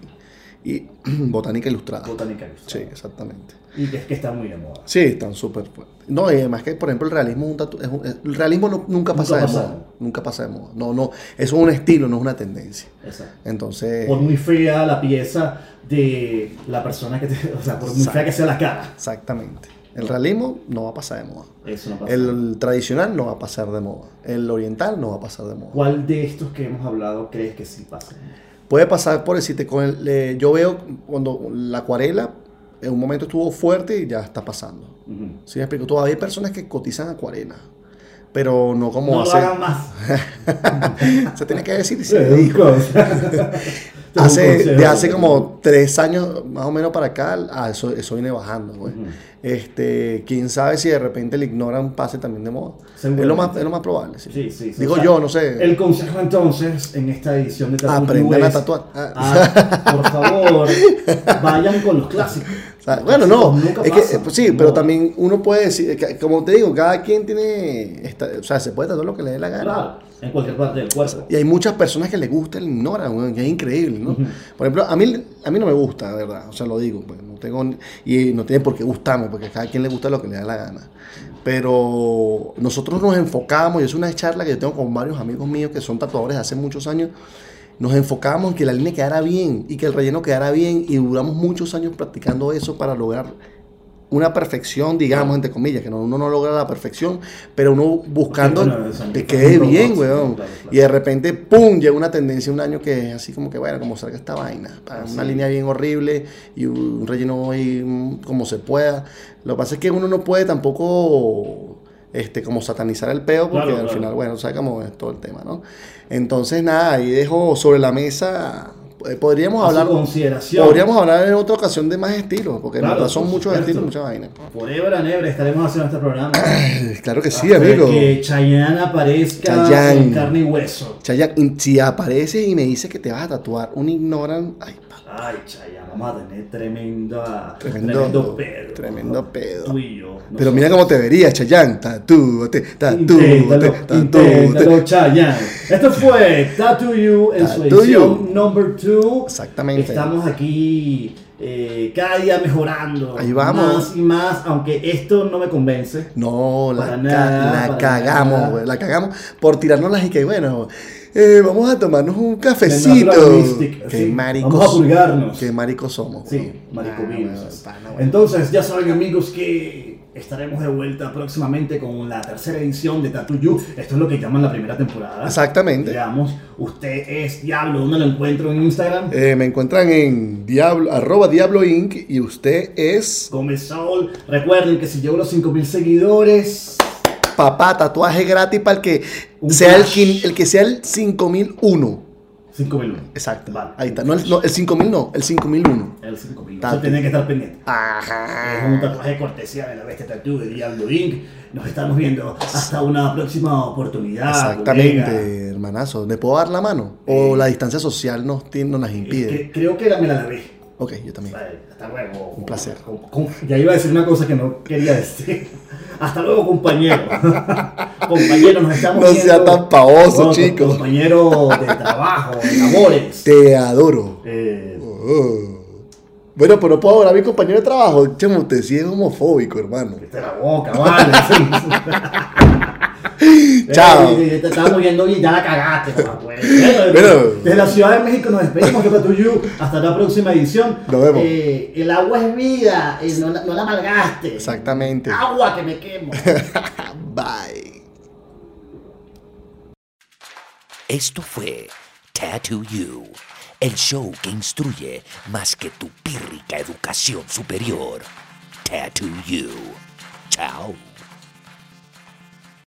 [SPEAKER 3] y *clears throat* botánica ilustrada.
[SPEAKER 2] Botánica ilustrada.
[SPEAKER 3] eh, Sí, exactamente.
[SPEAKER 2] Y que es que está muy de moda.
[SPEAKER 3] Sí, están súper fuertes. No, y además que, por ejemplo, el realismo, es un tatu- es un- es- el realismo no- nunca pasa de
[SPEAKER 2] pasa.
[SPEAKER 3] moda. Nunca pasa de moda. No, no, eso es un estilo, no es una tendencia.
[SPEAKER 2] Exacto.
[SPEAKER 3] Entonces,
[SPEAKER 2] Por muy fría la pieza de la persona que te. O sea, por muy fea que sea la cara.
[SPEAKER 3] exactamente. El realismo no va a pasar de moda.
[SPEAKER 2] Eso no pasa.
[SPEAKER 3] El tradicional no va a pasar de moda. El oriental no va a pasar de moda.
[SPEAKER 2] ¿Cuál de estos que hemos hablado crees que sí pasa?
[SPEAKER 3] Puede pasar por decirte con el, eh, yo veo cuando la acuarela en un momento estuvo fuerte y ya está pasando.
[SPEAKER 2] Ujú.
[SPEAKER 3] Sí, me explico. Todavía hay personas que cotizan acuarela, pero no como
[SPEAKER 2] No lo
[SPEAKER 3] hace.
[SPEAKER 2] hagan
[SPEAKER 3] *laughs*
[SPEAKER 2] más.
[SPEAKER 3] se tiene
[SPEAKER 2] *laughs*
[SPEAKER 3] que decir y se
[SPEAKER 2] Es un
[SPEAKER 3] dijo. *laughs*
[SPEAKER 2] consejo.
[SPEAKER 3] Hace, de hace
[SPEAKER 2] Consejo.
[SPEAKER 3] como tres años más o menos para acá, ah, eso, eso viene bajando, güey.
[SPEAKER 2] Ujú.
[SPEAKER 3] Este, quién sabe si de repente le ignoran pase también de moda. Es lo más,
[SPEAKER 2] Seguramente.
[SPEAKER 3] es lo más probable. sí.
[SPEAKER 2] Sí, sí, sí.
[SPEAKER 3] Digo
[SPEAKER 2] O sea,
[SPEAKER 3] yo, no sé.
[SPEAKER 2] El consejo entonces en esta edición de Tattoo
[SPEAKER 3] Aprendan
[SPEAKER 2] You
[SPEAKER 3] a
[SPEAKER 2] es-
[SPEAKER 3] tatuar. Ah.
[SPEAKER 2] Ah, por favor,
[SPEAKER 3] *laughs*
[SPEAKER 2] vayan con los clásicos.
[SPEAKER 3] O sea,
[SPEAKER 2] Los
[SPEAKER 3] bueno, no,
[SPEAKER 2] clásicos nunca
[SPEAKER 3] es que,
[SPEAKER 2] pasan.
[SPEAKER 3] eh, sí, pero
[SPEAKER 2] No.
[SPEAKER 3] también uno puede decir, que, como te digo, cada quien tiene, esta- o sea, se puede tatuar lo que le dé la gana.
[SPEAKER 2] Claro, en cualquier parte del cuerpo.
[SPEAKER 3] Y hay muchas personas que le gusta el ignoran, weón, que es increíble, ¿no? Por ejemplo, a mí, a mí no me gusta, de verdad, o sea, lo digo, pues, no tengo, ni- y no tiene por qué gustarme, porque a cada quien le gusta lo que le da la gana. Pero nosotros nos enfocamos, y es una charla que yo tengo con varios amigos míos que son tatuadores de hace muchos años, nos enfocamos en que la línea quedara bien y que el relleno quedara bien, y duramos muchos años practicando eso para lograr una perfección, digamos, entre comillas, que no- uno no logra la perfección, pero uno buscando
[SPEAKER 2] Bueno, eso no
[SPEAKER 3] que
[SPEAKER 2] es
[SPEAKER 3] quede
[SPEAKER 2] un
[SPEAKER 3] bien,
[SPEAKER 2] robot,
[SPEAKER 3] weón.
[SPEAKER 2] claro, claro.
[SPEAKER 3] Y de repente, ¡pum! Llega una tendencia un año que es así como que, bueno, como salga esta vaina.
[SPEAKER 2] Ah,
[SPEAKER 3] pa, Una línea bien horrible y un relleno ahí mm, como se pueda. Lo que pasa es que uno no puede tampoco... Este, como satanizar el peo, porque
[SPEAKER 2] Claro,
[SPEAKER 3] al
[SPEAKER 2] claro.
[SPEAKER 3] final, bueno, sabes cómo es todo el tema, ¿no? Entonces, nada, ahí dejo sobre la mesa. eh, Podríamos
[SPEAKER 2] A su
[SPEAKER 3] hablar.
[SPEAKER 2] consideración.
[SPEAKER 3] Podríamos hablar en otra ocasión de más estilos, porque en
[SPEAKER 2] Claro,
[SPEAKER 3] verdad son
[SPEAKER 2] por
[SPEAKER 3] muchos
[SPEAKER 2] supuesto.
[SPEAKER 3] estilos, muchas vainas. pues.
[SPEAKER 2] Forever and ever estaremos haciendo este programa.
[SPEAKER 3] Eh, Claro que *clears throat* sí, amigo.
[SPEAKER 2] Hasta Ah, Que Chayanne aparezca
[SPEAKER 3] Chayanne.
[SPEAKER 2] en carne y hueso.
[SPEAKER 3] Chayanne, y si apareces y me dices que te vas a tatuar un ignoran, ay, pa-
[SPEAKER 2] Ay, Chayanne, vamos a tener tremenda,
[SPEAKER 3] Tremendo-
[SPEAKER 2] tremendo, pedo.
[SPEAKER 3] tremendo pedo.
[SPEAKER 2] Tú y yo.
[SPEAKER 3] Pero mira cómo te verías, Chayanne. Tatúate, tatúate,
[SPEAKER 2] Inténtalo,
[SPEAKER 3] tatúate.
[SPEAKER 2] inténtalo, Chayanne. Esto fue Tattoo You en su
[SPEAKER 3] Tattoo You.
[SPEAKER 2] edición number 2.
[SPEAKER 3] Exactamente.
[SPEAKER 2] Estamos aquí eh, cada día mejorando.
[SPEAKER 3] Ahí vamos.
[SPEAKER 2] Más y más, aunque esto no me convence.
[SPEAKER 3] No, la,
[SPEAKER 2] Para
[SPEAKER 3] ca-
[SPEAKER 2] nada,
[SPEAKER 3] la
[SPEAKER 2] para
[SPEAKER 3] cagamos,
[SPEAKER 2] nada.
[SPEAKER 3] güey, la cagamos por tirarnos las y que bueno, eh, vamos a tomarnos un
[SPEAKER 2] Natural
[SPEAKER 3] cafecito.
[SPEAKER 2] Mystic,
[SPEAKER 3] Qué
[SPEAKER 2] sí.
[SPEAKER 3] maricos,
[SPEAKER 2] Vamos a pulgarnos.
[SPEAKER 3] Qué maricos somos.
[SPEAKER 2] Sí,
[SPEAKER 3] güey.
[SPEAKER 2] maricovinos.
[SPEAKER 3] Ah, güey, pana, güey.
[SPEAKER 2] Entonces, ya saben, amigos, que estaremos de vuelta próximamente con la tercera edición de Tattoo You. Esto es lo que llaman la primera temporada.
[SPEAKER 3] Exactamente.
[SPEAKER 2] Digamos, usted es Diablo. ¿Dónde lo encuentro en Instagram?
[SPEAKER 3] Eh, me encuentran en diablo, arroba diablo inc y usted es
[SPEAKER 2] Gómez Saúl. Recuerden que si llevo los 5000 seguidores,
[SPEAKER 3] papá tatuaje gratis para el que
[SPEAKER 2] Un
[SPEAKER 3] sea el,
[SPEAKER 2] flash.
[SPEAKER 3] quin- el que sea el 5001.
[SPEAKER 2] 5001.
[SPEAKER 3] Exacto.
[SPEAKER 2] Vale.
[SPEAKER 3] Ahí está. No, el, no, el 5000 no, el 5001.
[SPEAKER 2] El 5001.
[SPEAKER 3] Tanto.
[SPEAKER 2] Eso tienen que estar pendientes. Es un
[SPEAKER 3] Ajá.
[SPEAKER 2] tatuaje de cortesía de la bestia Tattoo de Diablo Inc. Nos estamos viendo hasta una próxima oportunidad.
[SPEAKER 3] Exactamente,
[SPEAKER 2] colega.
[SPEAKER 3] hermanazo. ¿Me puedo dar la mano? ¿O la distancia social nos, tiene- nos las impide?
[SPEAKER 2] Eh, Cre- creo que la me la lavé.
[SPEAKER 3] Ok, yo también.
[SPEAKER 2] Vale, Hasta luego.
[SPEAKER 3] Un placer.
[SPEAKER 2] Com- com- Ya iba a decir una cosa que no quería decir. *laughs* Hasta luego, compañero. *laughs* compañero, nos estamos
[SPEAKER 3] No sea
[SPEAKER 2] viendo.
[SPEAKER 3] tan pavoso,
[SPEAKER 2] No,
[SPEAKER 3] chico.
[SPEAKER 2] Compañero de trabajo,
[SPEAKER 3] *laughs*
[SPEAKER 2] de labores.
[SPEAKER 3] Te adoro.
[SPEAKER 2] Eh,
[SPEAKER 3] Oh. Bueno, pero no puedo adorar a mi compañero de trabajo. Chemo, usted sí es homofóbico, hermano.
[SPEAKER 2] Vete la boca,
[SPEAKER 3] *laughs*
[SPEAKER 2] vale. sí.
[SPEAKER 3] Chao.
[SPEAKER 2] Eh, eh, te estábamos viendo bien, ya la cagaste, papá, pues. Bueno,
[SPEAKER 3] Bueno.
[SPEAKER 2] Desde la Ciudad de México nos despedimos, que fue tu you. Hasta la próxima edición.
[SPEAKER 3] Nos vemos.
[SPEAKER 2] Eh, el agua es vida, eh, no, la, no la malgaste.
[SPEAKER 3] Exactamente.
[SPEAKER 2] Agua que me quemo.
[SPEAKER 3] *laughs* Bye.
[SPEAKER 1] Esto fue Tattoo You, el show que instruye más que tu pírrica educación superior. Tattoo You. Chao.